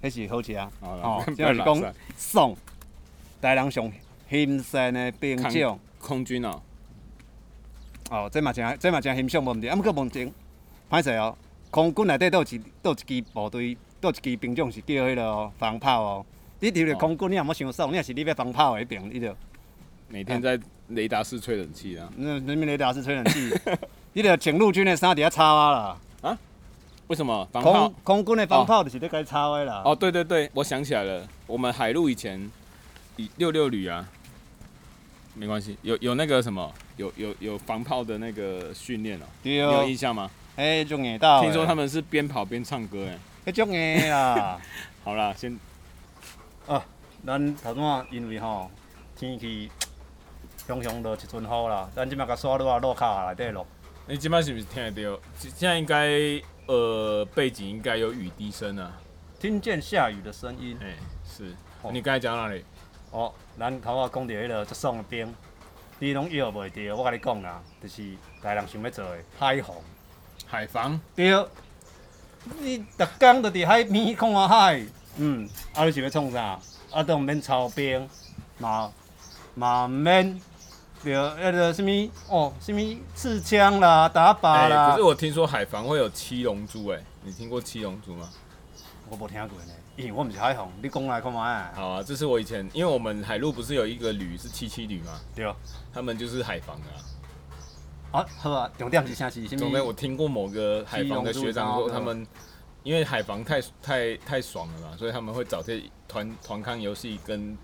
A: 迄是好车，
B: 好
A: 哦
B: 了，，不
A: 即
B: 要
A: 是
B: 拉啊
A: 讲
B: 塞。
A: 爽，大人上欣赏的兵
B: 抗
A: 种。
B: 空军哦，
A: 哦，这嘛真，这嘛真欣赏，无毋对。啊，毋过问题，歹势哦，空军内底倒有一倒有一支部队，倒有一支兵种是叫迄落哦防炮哦。你丢着
B: 哦
A: 空军，你也莫想爽，你若是你要防炮的迄边，你着，
B: 每
A: 哎
B: 天在雷达室吹冷气啊？
A: 那人民雷达是吹冷气， 你着穿陆军的衫伫遐抄啊啦。
B: 为什么防炮哦
A: 空？空军的防炮就是咧该抄的啦。
B: 哦，对对对，我想起来了，我们海陆以前以六六旅啊，没关系，有有那个什么，有有有防炮的那个训练哦，
A: 对
B: 你有印象吗？
A: 迄种硬道的。
B: 听说他们是边跑边唱歌哎。
A: 迄种硬啦。
B: 好啦，先
A: 咱头拄因为吼天气，雄雄落一阵雨啦，咱即摆甲沙落啊落卡内底落。
B: 你今麦是不是听得到？现在应该呃背景应该有雨滴声啊。
A: 听见下雨的声音。
B: 哎，是
A: 哦
B: 你刚才讲哪里？
A: 哦，咱头仔讲到迄落足爽的兵，你拢摇袂着。我甲你讲啦，就是台人想要做的海防。
B: 海防
A: 对，你逐工都伫海边看海，嗯，啊你是要创啥？啊都毋免操兵，嘛嘛毋免，对，迄个什物哦，什物刺枪啦、打靶啦，
B: 哎可是我听说海防会有七龙珠哎，你听过七龙珠吗？
A: 我无听过呢，因为我毋是海防，你讲来看觅啊。
B: 好啊，这是我以前，因为我们海陆不是有一个旅是七七旅嘛，
A: 对，啊
B: 他们就是海防的啊。
A: 好啊，重点是啥是什
B: 总之，我
A: 物？
B: 听过某个海防的学长
A: 七龙
B: 说，
A: 珠
B: 他们因为海防太太太爽了嘛，所以他们会找这团团康游戏跟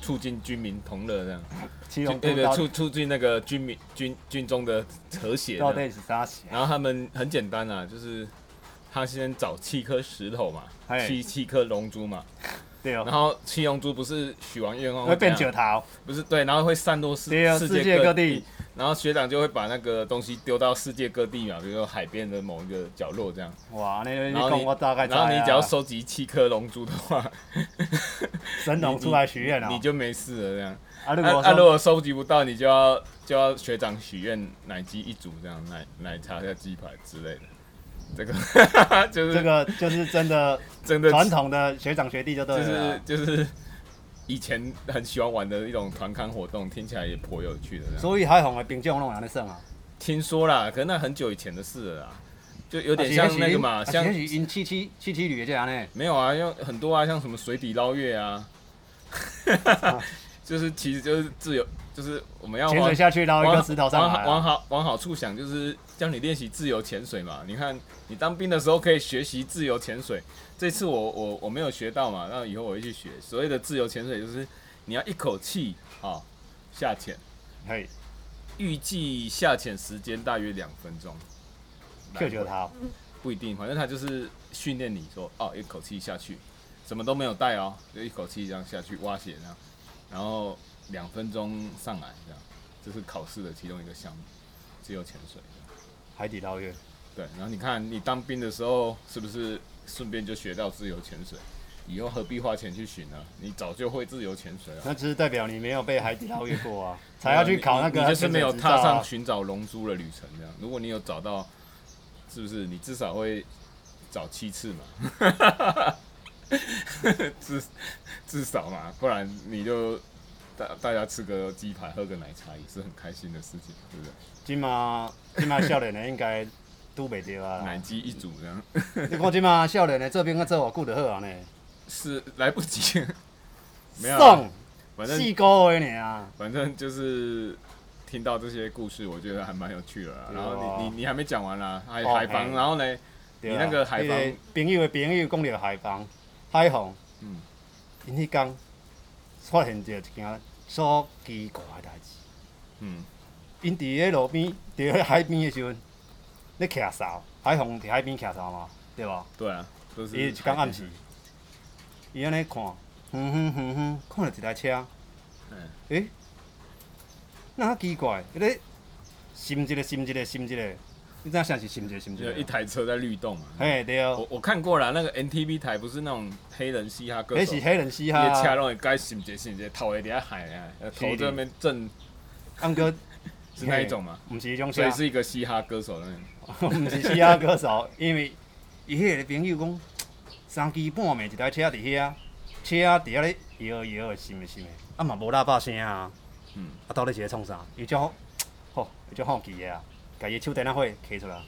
B: 促进军民同乐这样，
A: 七龙
B: 对
A: 珠
B: 对，
A: 到
B: 促促进那个军民军军中的和谐这
A: 到
B: 样。
A: 底是啥事？啊
B: 然后他们很简单啊，就是他先找七颗石头嘛，
A: 嘿
B: 七七颗龙珠嘛，
A: 对
B: 然后七龙珠不是许完愿望
A: 会变
B: 怎
A: 石
B: 样
A: 头，
B: 不是对，然后会散落世
A: 对啊，世界各地。
B: 然后学长就会把那个东西丢到世界各地嘛，比如说海边的某一个角落这样。
A: 哇，你你
B: 然后
A: 讲
B: 你
A: 我大概知
B: 然后你
A: 啊
B: 只要收集七颗龙珠的 话，
A: 神龙出来许愿啊，
B: 你就没事了这样。
A: 啊，如
B: 那、
A: 果
B: 啊如
A: 说
B: 果收集不到，你就要就要学长许愿奶鸡一组这样，奶奶茶加鸡排之类的。这个 就是
A: 这个就是真 的
B: 真的
A: 传统的学长学弟就对
B: 就
A: 了
B: 是
A: 啦。
B: 就是以前很喜欢玩的一种团康活动，听起来也颇有趣的这样。
A: 所以海防的兵种拢安尼算啊，
B: 听说啦，可是那很久以前的事了啦，就有
A: 有
B: 点像那个嘛，像
A: 啊是因七七七七旅的这样呢，
B: 没有啊，像很多啊，像什么水底捞月啊，就是其实就是自由，就是我们要
A: 潜水
B: 往
A: 下去，然后一
B: 往
A: 个石头上
B: 往
A: 来
B: 好往
A: 啊。
B: 好往好处想，就是教你练习自由潜水嘛。你看你当兵的时候可以学习自由潜水，这次我我我没有学到嘛，那以后我会去学。所谓的自由潜水就是你要一口气啊、下潜，
A: 嘿，
B: 预计下潜时间大约两分钟。
A: 就觉得他哦
B: 不一定，反正他就是训练你说哦，一口气下去，什么都没有带哦，就一口气这样下去挖血这样，然后两分钟上来这样，这是考试的其中一个项目，自由潜水。
A: 海底捞月，
B: 对，然后你看你当兵的时候是不是顺便就学到自由潜水？以后何必花钱去寻呢？你早就会自由潜水了、
A: 那只是代表你没有被海底捞月过 啊，才要去考那个
B: 你你就是没有
A: 潜水执照啊
B: 踏上寻找龙珠的旅程这样。如果你有找到，是不是你至少会找七次嘛？ 至至少嘛，不然你就大大家吃个鸡排，喝个奶茶也是很开心的事情，对不对？
A: 今嘛今嘛少年的应该 拄袂着 啊
B: 奶
A: 啦。
B: 鸡一煮这样
A: 你看今嘛少年的这边跟做偌久就好啊呢，
B: 是来不及， 没有啊，
A: 送
B: 反正
A: 四个月尔啊，
B: 反正就是听到这些故事，我觉得还蛮有趣的啦。
A: 对
B: 然
A: 啊
B: 后你你你还没讲完啦，海
A: 哦
B: 海防，
A: 嘿
B: 然后呢，
A: 对啊
B: 你那个海防
A: 那个朋友的朋友讲着海防，海防，
B: 嗯
A: 嗯，因迄工发现着一件所奇怪的代志。
B: 嗯，
A: 因伫咧路边，伫咧海边的时阵，咧徛哨，海防伫海边徛哨嘛，对无？
B: 对啊，都是
A: 伊一工暗时，伊安尼看，远远远远看到一台车，
B: 嗯
A: 诶、那奇怪，迄个心一个心一个心一个，你知影啥是心一个心一
B: 就
A: 个？
B: 一，台车在律动嘛。
A: 嘿对，哦
B: 我我看过了，那个 NTV 台不是那种黑人嘻哈歌
A: 迄
B: 手，
A: 是黑人嘻
B: 他哦的车
A: 哈，
B: 拢会改醒节醒节，头会底下海啊，头在那边震，
A: 啊毋过
B: 是那一种吗？
A: 毋是迄种
B: 所
A: 车
B: 以，是一个嘻哈歌手那种。
A: 毋是嘻哈歌手，因为伊迄个朋友讲，三更半暝一台车伫遐，车伫遐咧摇摇的，是毋是？啊嘛无喇叭声啊，
B: 嗯
A: 啊到底是咧创啥？伊种吼，伊种好奇的啊，家己的手电仔火摕出来，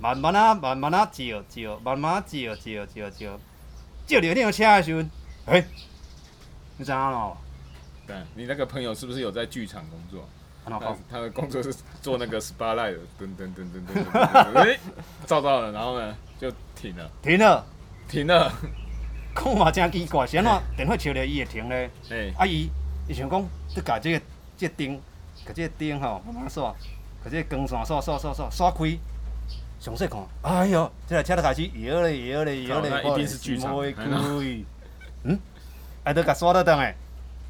A: 慢慢啊慢慢啊照照，慢慢啊照照照照，照着迄辆车的时阵，嘿、你知影咯？
B: 对，啊你那个朋友是不是有在剧场工作？
A: 安怎
B: 他
A: 讲？
B: 他的工作是做那个 SPA light，的噔噔噔噔噔噔噔，哎，照到了，然后呢就停了，
A: 停了，
B: 停了，
A: 讲嘛真奇怪，是安怎电火烧着伊会停咧？
B: 哎，
A: 啊伊伊想讲，你甲即个即个灯，甲即个灯吼慢慢刷，甲即个光线刷刷刷刷刷开，详细看，哎哟，即台车都开始摇咧摇咧摇咧，
B: 靠那一定是剧场哎
A: 看咧是鬼嗯，啊，都甲刷倒转来，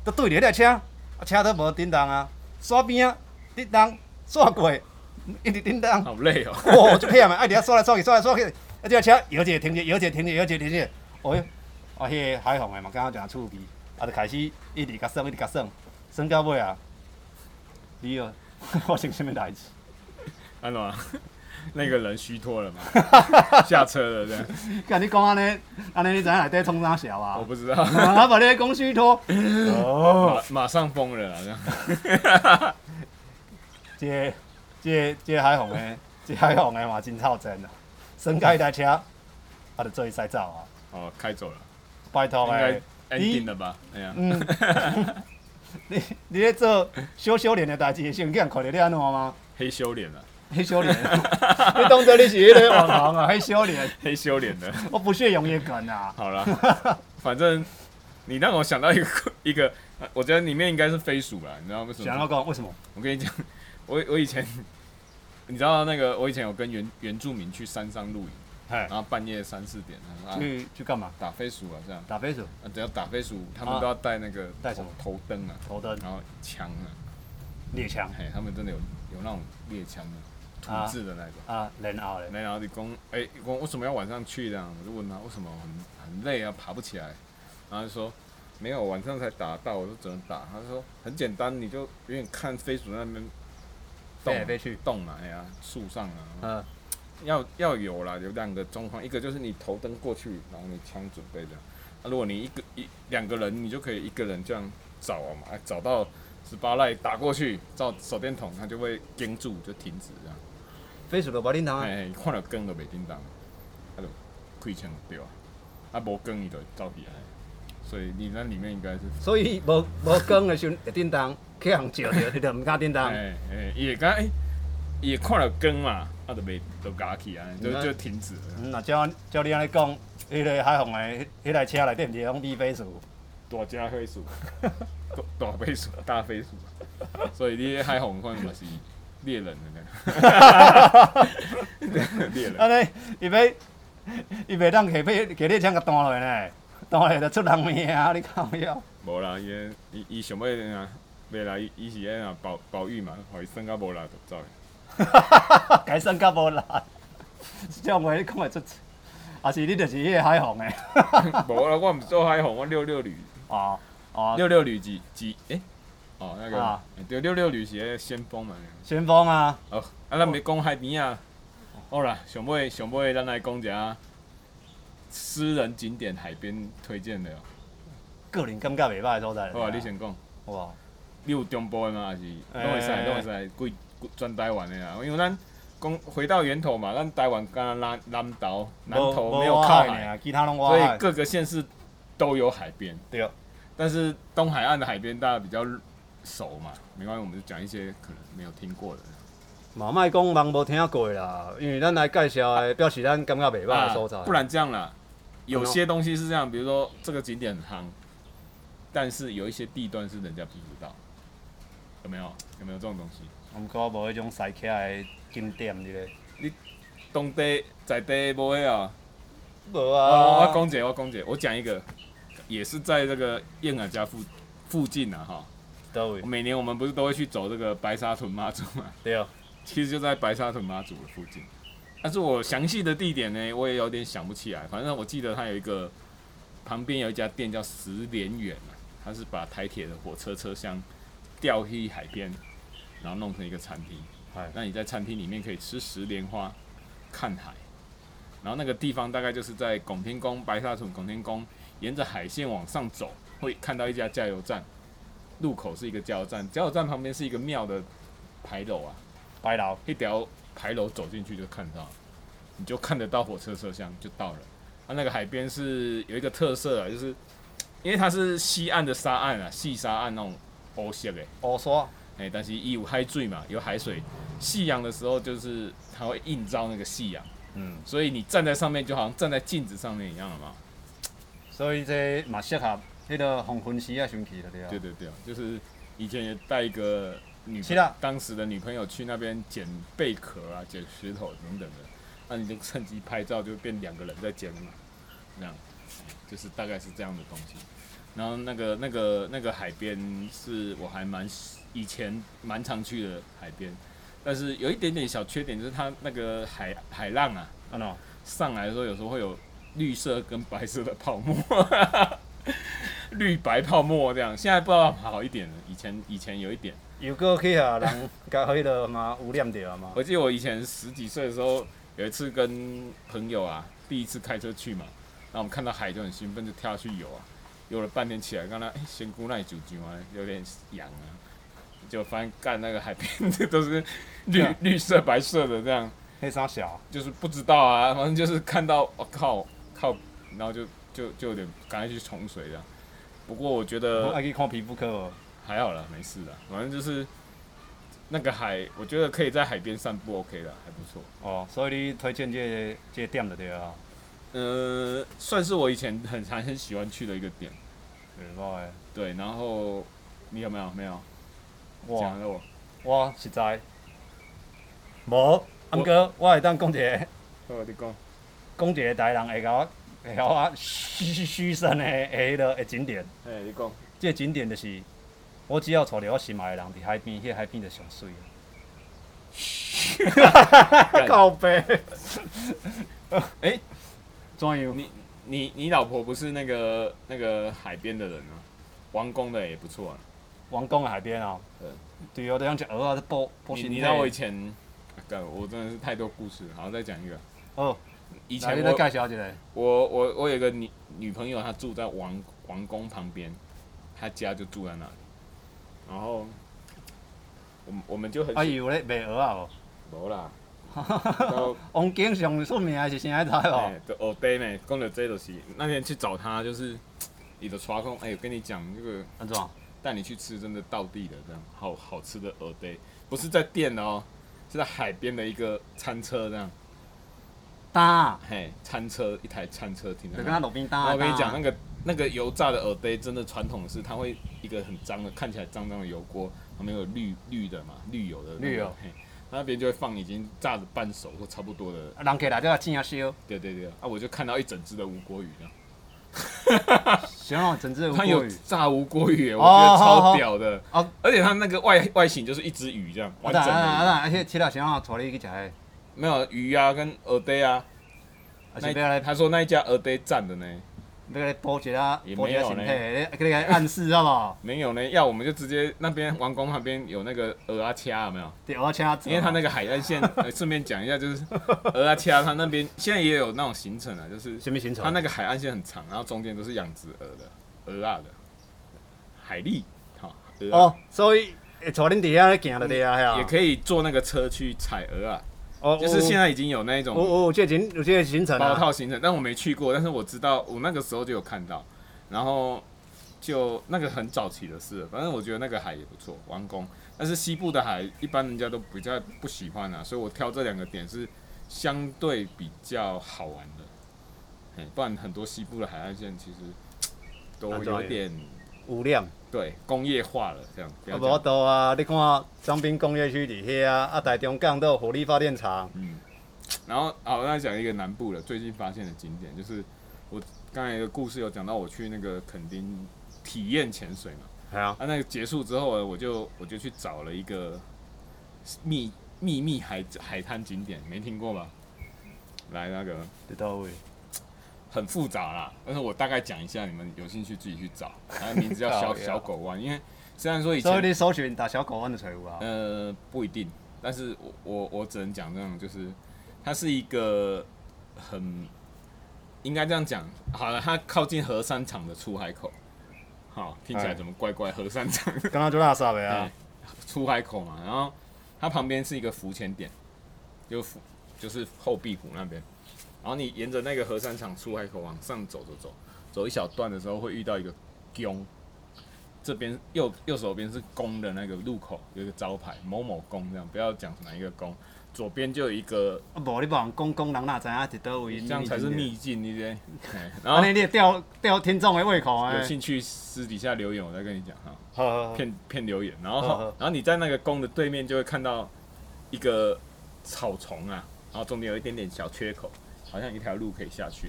A: 都对着迄台车，啊车都无叮动啊，刷边啊叮动，刷过，一直叮动。
B: 好累哦，
A: 哇，就骗嘛！啊，你遐刷来刷去，刷来刷去，啊，这车摇一下停一下，摇一下停一下，摇一下停一下。哦哟，啊，迄个海防的嘛，感觉诚趣味，啊，就开始一直甲耍，一直甲耍，耍到尾啊，你哦， 发生什么代志？
B: 安怎？ 那个人虚脱了嘛，下车了这样，
A: 干你讲安尼，安尼你知影内底创啥潲啊
B: 我？不知道，
A: 啊，把你的公虚脱。哦，
B: 马马上疯了啦这样。
A: 这这这海防的，这海防的嘛真操真啊！耍到迄台车，啊，就做伊驶走啊，
B: 哦，开走了，
A: 拜托
B: 应
A: 诶
B: 该。ending 了吧？哎呀，
A: 嗯，你你咧做小小脸的代志，先人看着你安怎吗？
B: 黑修脸了，
A: 黑小脸，你当作你是迄个网红啊？黑小脸，
B: 黑修脸的。
A: 我不屑用一梗啊！
B: 好了，反正你让我想到一个一个，我觉得里面应该是飞鼠吧？你知道为什
A: 想要
B: 么？
A: 讲为什么？
B: 我跟你讲，我我以前，你知道那个我以前有跟原原住民去山上露营，
A: 哎
B: 然，后半夜三四点，然后啊
A: 去去干嘛？
B: 打飞鼠啊这样，
A: 打飞鼠，
B: 啊只要打飞鼠，他们
A: 啊
B: 都要带那个
A: 带
B: 头
A: 什么
B: 头灯啊，
A: 头灯、
B: 然后枪啊，
A: 猎枪
B: 嘿，他们真的有有那种猎枪的
A: 啊
B: 土制的那种。
A: 啊，然后咧，
B: 然后你讲，哎、欸，讲为什么要晚上去这样？我就问他为什么很很累啊，爬不起来。然后他就说没有，晚上才打到，我就只能打。他说很简单，你就远远看飞鼠那边动
A: 飞来飞去
B: 动啊，哎呀，树上啊，
A: 嗯，
B: 要要有啦，有两个状况，一个就是你头灯过去，然后你枪准备这样。那、如果你一个一两个人，你就可以一个人这样找啊嘛，哎找到十八赖打过去，照手电筒，它就会盯住，就停止这样。
A: 飞鼠就无恁通啊！
B: 哎、伊看到光就袂叮当，啊就开枪就对啊，啊无光伊就走起来，所以你那里面应该是
A: 所以无无光的时阵会叮当，去人照着，你就毋敢叮当。
B: 哎哎，也刚哎，也看了光嘛，啊就没就夹起啊，就就停止了，
A: 嗯，若照照你安尼讲，迄、个海防的迄迄台车内底毋是用米飞鼠，
B: 大只飞鼠， 大大飞鼠，大飞鼠，所以你海红看嘛是猎人的呢，猎人，
A: 安尼伊要伊袂当下尾下底枪甲弹落去呢，弹落去就出人命啊！你搞了，
B: 无啦，伊伊伊想要啊，未来伊伊是安啊保保育嘛，互伊算到无力就走。
A: 改算较无力。即种话你讲会出，啊是你就是迄个海防的。
B: 无啦，我毋做海红，我六六旅，
A: 哦哦，
B: 六六旅几几诶？哦，那个
A: 啊
B: 对，六六旅是迄先锋嘛。
A: 旋风啊，
B: 哦，啊，咱袂讲海边啊。好啦，上尾上尾，咱来讲一下私人景点海边推荐的哦。
A: 个人感觉袂歹的所在。
B: 好啊，你先讲，
A: 好啊。
B: 你有中部的吗？还是
A: 哎
B: 拢会使，拢会使，规规全台湾的啦。因为咱讲回到源头嘛，咱台湾敢若南南岛南投没有靠海，
A: 尔，啊其他拢我
B: 所
A: 海
B: 以。各个啊县市都有海边。
A: 对，
B: 但是东海岸的海边大家比较熟嘛，没关系，我们就讲一些可能没有听过的。
A: 嘛莫讲人无听过啦，因为咱来介绍的，表示咱感觉袂歹的所在。
B: 不然这样啦，有些东西是这样，比如说这个景点很夯，但是有一些地段是人家比不到，有没有？有没有这种东西？
A: 毋过无迄种西起来的景点之类。
B: 当地在地不会啊。
A: 无啊
B: 哦，我讲姐，我讲姐，我讲一个，也是在这个燕尔家附附近啊哈。
A: 倒位
B: 每年我们不是都会去走这个白沙屯妈祖嘛？
A: 对，
B: 其实就在白沙屯妈祖的附近。但是我详细的地点呢，我也有点想不起来。反正我记得它有一个旁边有一家店叫十连远啊，它是把台铁的火车车厢吊去海边，然后弄成一个餐厅
A: 哎。
B: 那你在餐厅里面可以吃十莲花，看海。然后那个地方大概就是在拱天宫、白沙屯拱天宫，沿着海线往上走，会看到一家加油站，路口是一个加油站，加油站旁边是一个庙的牌楼啊，
A: 白楼
B: 一条牌楼走进去就看到，你就看得到火车车厢就到了。它、那个海边是有一个特色啊，就是因为它是西岸的沙岸啊，细沙岸那种欧色的，
A: 乌沙，
B: 哎、但是伊有海水嘛，有海水，夕阳的时候就是它会映照那个夕阳，
A: 嗯，
B: 所以你站在上面就好像站在镜子上面一样了嘛。
A: 所以这嘛适合迄个黄昏时啊上去就对
B: 对
A: 了。
B: 对对，啊就是以前也带一个女
A: 是的
B: 当时的女朋友去那边捡贝壳啊、捡石头等等的，那你就趁机拍照，就变两个人在捡嘛，那样，就是大概是这样的东西。然后那个那个那个海边是我还蛮以前蛮常去的海边，但是有一点点小缺点，就是它那个海海浪啊，
A: 安喏，
B: 上来的时候，有时候会有绿色跟白色的泡沫，绿白泡沫这样。现在不知道好一点了，以前以前有一点。
A: 又过去啊，人甲迄个嘛污染着啊嘛。
B: 我记得我以前十几岁的时候，有一次跟朋友啊，第一次开车去嘛，然后我们看到海就很兴奋，就跳下去游啊，游了半天起来，刚才哎，仙姑那里酒精啊，有点痒啊，就发现干那个海边 这都是绿绿色白色的这样。
A: 迄啥小，
B: 就是不知道啊，反正就是看到我、靠靠，然后就就就有点赶快去冲水这样。不过我觉
A: 我
B: 得
A: 爱去看皮肤科哦。
B: 还好了，没事的。反正就是那个海，我觉得可以在海边散步，OK 的，还不错。
A: 哦，所以你推荐这个这个点就对了。
B: 呃，算是我以前很常很喜欢去的一个点。
A: 对无诶，
B: 对，然后你有没有没有
A: 哇
B: 讲，了我？
A: 我实在无。毋过我会当讲一个
B: 我你讲，
A: 讲一个台人会甲我会甲我嘘嘘声的诶迄个诶景点。
B: 哎、你讲，
A: 即个景点就是，我只要找着我心爱的人伫海边，迄、个海边就上 水了。告 白，
B: 哎
A: 怎样？
B: 你你你老婆不是那个那个海边的人啊？王宫的也不错啊。
A: 王宫的海边啊
B: 对，
A: 对哦，就像只鹅啊，在剥剥
B: 你
A: 身
B: 你
A: 体
B: 知道我以前，啊干、我真的是太多故事了。好，再讲一个。
A: 哦，
B: 以
A: 来
B: 前
A: 你再
B: 我
A: 介绍一个，
B: 我我我有个女女朋友，她住在王王宫旁边，她家就住在那里。然后，我们我们就很
A: 啊伊有咧卖鹅啊无？
B: 无啦，然后哎
A: 王景上出名的是啥知无？
B: 哎，就学弟呢，讲到这就是那天去找他，就是你的传控，哎、我跟你讲，那个
A: 安怎？
B: 带你去吃真的道地的，这样好好吃的鹅堆，不是在店的哦，是在海边的一个餐车这样，
A: 搭，
B: 嘿，餐车一台餐车停
A: 就
B: 在那
A: 跟他路边
B: 然
A: 搭。
B: 后我跟你讲，那
A: 个
B: 个那个油炸的耳杯真的传统是，它会一个很脏的，看起来脏脏的油锅，旁边有绿绿的嘛，绿油的、那个
A: 绿油
B: 嘿，那边就会放已经炸的半熟或差不多的，
A: 人客来这个正烧，
B: 对对对，啊，我就看到一整只的无锅鱼这样，
A: 想让整只有
B: 它
A: 国
B: 有
A: 语。
B: 炸无锅鱼耶，我
A: 哦
B: 觉得
A: 哦
B: 超
A: 哦
B: 屌的，
A: 哦
B: 而且它那个外外形就是一只鱼这样，
A: 啊
B: 完
A: 啦
B: 整
A: 啊
B: 的鱼，
A: 啦啊啦！而且吃了想让带你去食的，
B: 没有鱼啊跟耳杯啊，
A: 而
B: 那
A: 且要来
B: 他说那一家耳杯赞的呢，
A: 要来补一下
B: 也
A: 补
B: 没
A: 一
B: 有
A: 下
B: 呢
A: 身体，给你来暗示好不好？
B: 没有呢，要我们就直接那边王宫旁边有那个鹅啊掐有没有？
A: 对，我要请他走。
B: 因为他那个海 岸线，呃顺、便讲一下，就是鹅啊掐他那边现在也有那种行程啊，就是
A: 什么行程？
B: 他那个海岸线很长，然后中间都是养殖鹅的，鹅啊的海蛎，好、鹅啊、
A: 哦，所以会带恁伫遐咧行就对啊，吓。
B: 也可以坐那个车去采鹅啊，
A: 哦，
B: 就是现
A: 在
B: 在已经有那一
A: 我
B: 种
A: 我有这个行有这个行程
B: 包
A: 啊。
B: 套行程，但我没去过，但是我知道我那个时候就有看到，然后就那个很早期的事了，反正我觉得那个海也不错，王宫，但是西部的海一般人家都比较不喜欢啊，所以我挑这两个点是相对比较好玩的，嘿不然很多西部的海岸线其实都
A: 安怎
B: 有
A: 样
B: 点
A: 有量，
B: 对工业化了，这样不
A: 啊
B: 要
A: 无
B: 讲，
A: 多啊！你看彰滨工业区伫遐啊，啊台中港都有火力发电厂，
B: 嗯，然后好，那讲一个南部的最近发现的景点，就是我刚才的故事有讲到我去那个垦丁体验潜水嘛。
A: 系啊，
B: 啊，那个结束之后呢，我就我就去找了一个秘秘密海海滩景点，没听过吧？来那个
A: 伫倒位。
B: 很复杂啦，但是我大概讲一下，你们有兴趣自己去找。它名字叫
A: 靠
B: 小
A: 腰
B: 小狗湾，因为虽然说以
A: 所以
B: 前
A: 你搜寻打小狗湾就找有啊。
B: 呃不一定，但是我我我只能讲这样，就是它是一个很应该这样讲，好了，它靠近河山厂的出海口，好听起来
A: 哎
B: 怎么怪怪？河山厂
A: 刚刚就垃圾的
B: 啊
A: 啊，，
B: 出海口嘛，然后它旁边是一个浮潜点，就浮就是后壁湖那边，然后你沿着那个河山厂出海口往上走走走，走一小段的时候会遇到一个宫，这边右右手边是宫的那个路口有一个招牌某某宫这样，不要讲哪一个宫，左边就有一个，
A: 啊无你别人讲讲人哪知影伫倒位？啊
B: 这样才是秘境那些，哎然
A: 安
B: 后
A: 尼你会吊吊听众的胃口啊
B: 有
A: 诶。
B: 兴趣私底下留言我再跟你讲哈。
A: 好好好
B: 骗骗留言，然后
A: 呵呵
B: 然后你在那个宫的对面就会看到一个草丛啊，然后中间有一点点小缺口，好像一条路可以下去。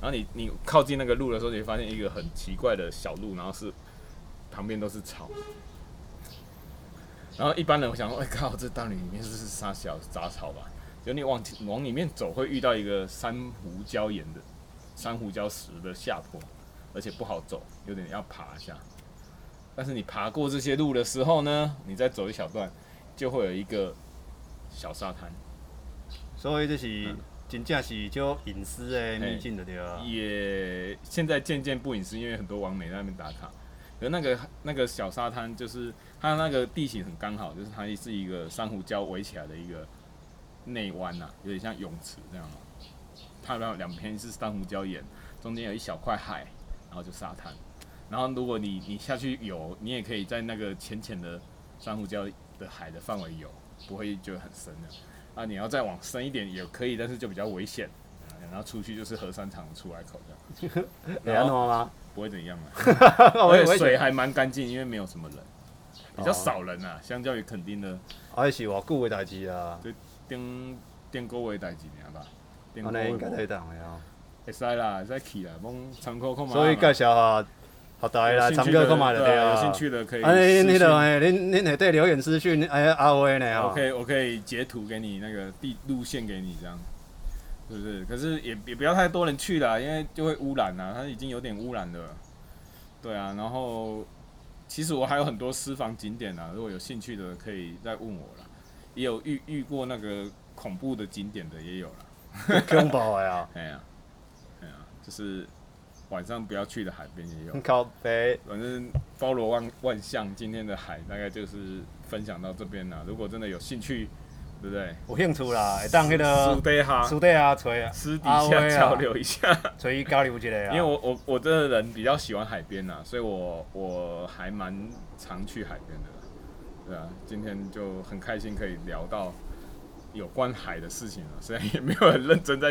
B: 然后你你靠近那个路的时候，你会发现一个很奇怪的小路，然后是旁边都是草。然后一般人会想说，哎、靠，这到底里面是是啥小杂草吧？就你往往里面走，会遇到一个珊瑚礁岩的珊瑚礁石的下坡，而且不好走，有点要爬一下。但是你爬过这些路的时候呢，你再走一小段，就会有一个小沙滩，
A: 所以这
B: 嗯
A: 是真正是叫隐私的秘境就对啊。
B: 也现在渐渐不隐私，因为很多网美在那边打卡。可那个那个小沙滩，就是它那个地形很刚好，就是它是一个珊瑚礁围起来的一个内湾呐、有点像泳池这样、哦。它两两边是珊瑚礁岩，中间有一小块海，然后就沙滩。然后如果你你下去游，你也可以在那个浅浅的珊瑚礁的海的范围游，不会觉得很深的。啊，你要再往深一点也可以，但是就比较危险。啊然后出去就是河山厂出海口这样。
A: 会哎安怎吗？
B: 不会怎样啊，
A: 我
B: 而
A: 以
B: 且
A: 为
B: 水啊还蛮干净，因为没有什么人，比
A: 哦
B: 较少人啊，相较于垦丁的
A: 啊，那是偌久的代志啊。
B: 电电锅位代志尔吧，电
A: 安
B: 锅
A: 尼哦应该
B: 位
A: 会当的啊。
B: 会使啦，会使去啦，蒙参考看嘛。
A: 所以介绍下，互大家来
B: 有兴
A: 参
B: 趣
A: 考
B: 的
A: 看卖就对
B: 啊
A: 啊。
B: 有兴趣的可以
A: 啊，
D: 哎
B: 私
A: 恁
B: 信。
A: 迄落诶，恁恁下底留言私讯，哎，阿威呢
D: 哦
B: 我
A: 吼，
B: 可以我可以截图给你那个地路线给你这样，是不是？可是也也不要太多人去啦，因为就会污染啊，它已经有点污染了。对啊，然后其实我还有很多私房景点啊，如果有兴趣的可以再问我啦。也有遇遇过那个恐怖的景点的也有啦，
A: 恐怖的
D: 哦
A: 啊，
B: 哎呀、哎呀、就是晚上不要去的海边也有。
A: 靠背，
B: 反正包罗万万象，今天的海大概就是分享到这边了。如果真的有兴趣，对不对？
D: 有兴趣啦，会当迄
B: 私
D: 个
B: 底下
D: 私底下找
B: 私底
D: 阿
B: 下
D: 威啊
B: 交，流一下，
D: 找伊交流一下啊。
B: 因为我我我这个人比较喜欢海边呐、所以我我还蛮常去海边的啦。对啊，今天就很开心可以聊到有关海的事情了， 虽然也没有很认真在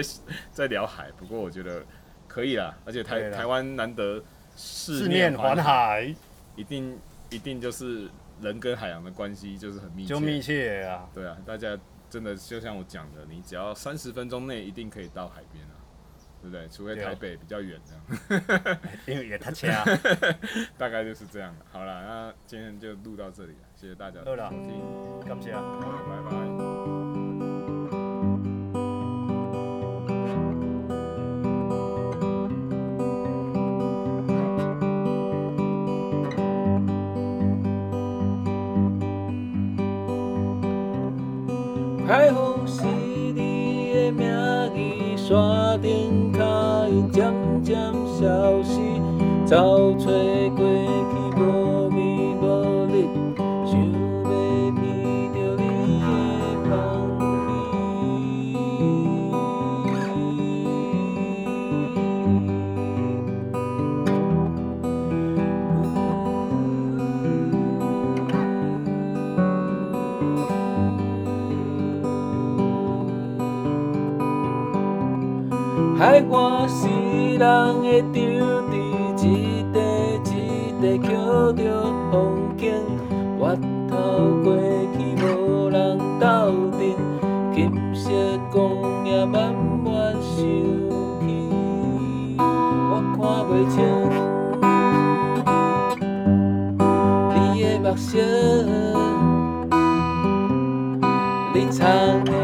B: 在聊海，不过我觉得可以啦，而且
D: 可
B: 台
D: 以啦
B: 台湾难得四
D: 四面环，海，
B: 一定一定就是人跟海洋的关系就是很密切，
D: 就密切的啊。
B: 对啊，大家真的就像我讲的，你只要三十分钟内一定可以到海边啊，对不对？除非
D: 对啊
B: 台北比较远这样，
D: 因为也太车，
B: 大概就是这样。好了，那今天就录到这里了，谢谢大家的
D: 好啦
B: 收 听，
D: 感谢。啊
B: 拜拜。
C: 海风是你的名字，山顶脚印渐渐消失，走找过去无味无力，想要闻着你的香味。海岸是人的丢地，一块一块捡着风景，越头过去无人斗阵，金色光影慢慢收起，我看袂清你的目色，你藏的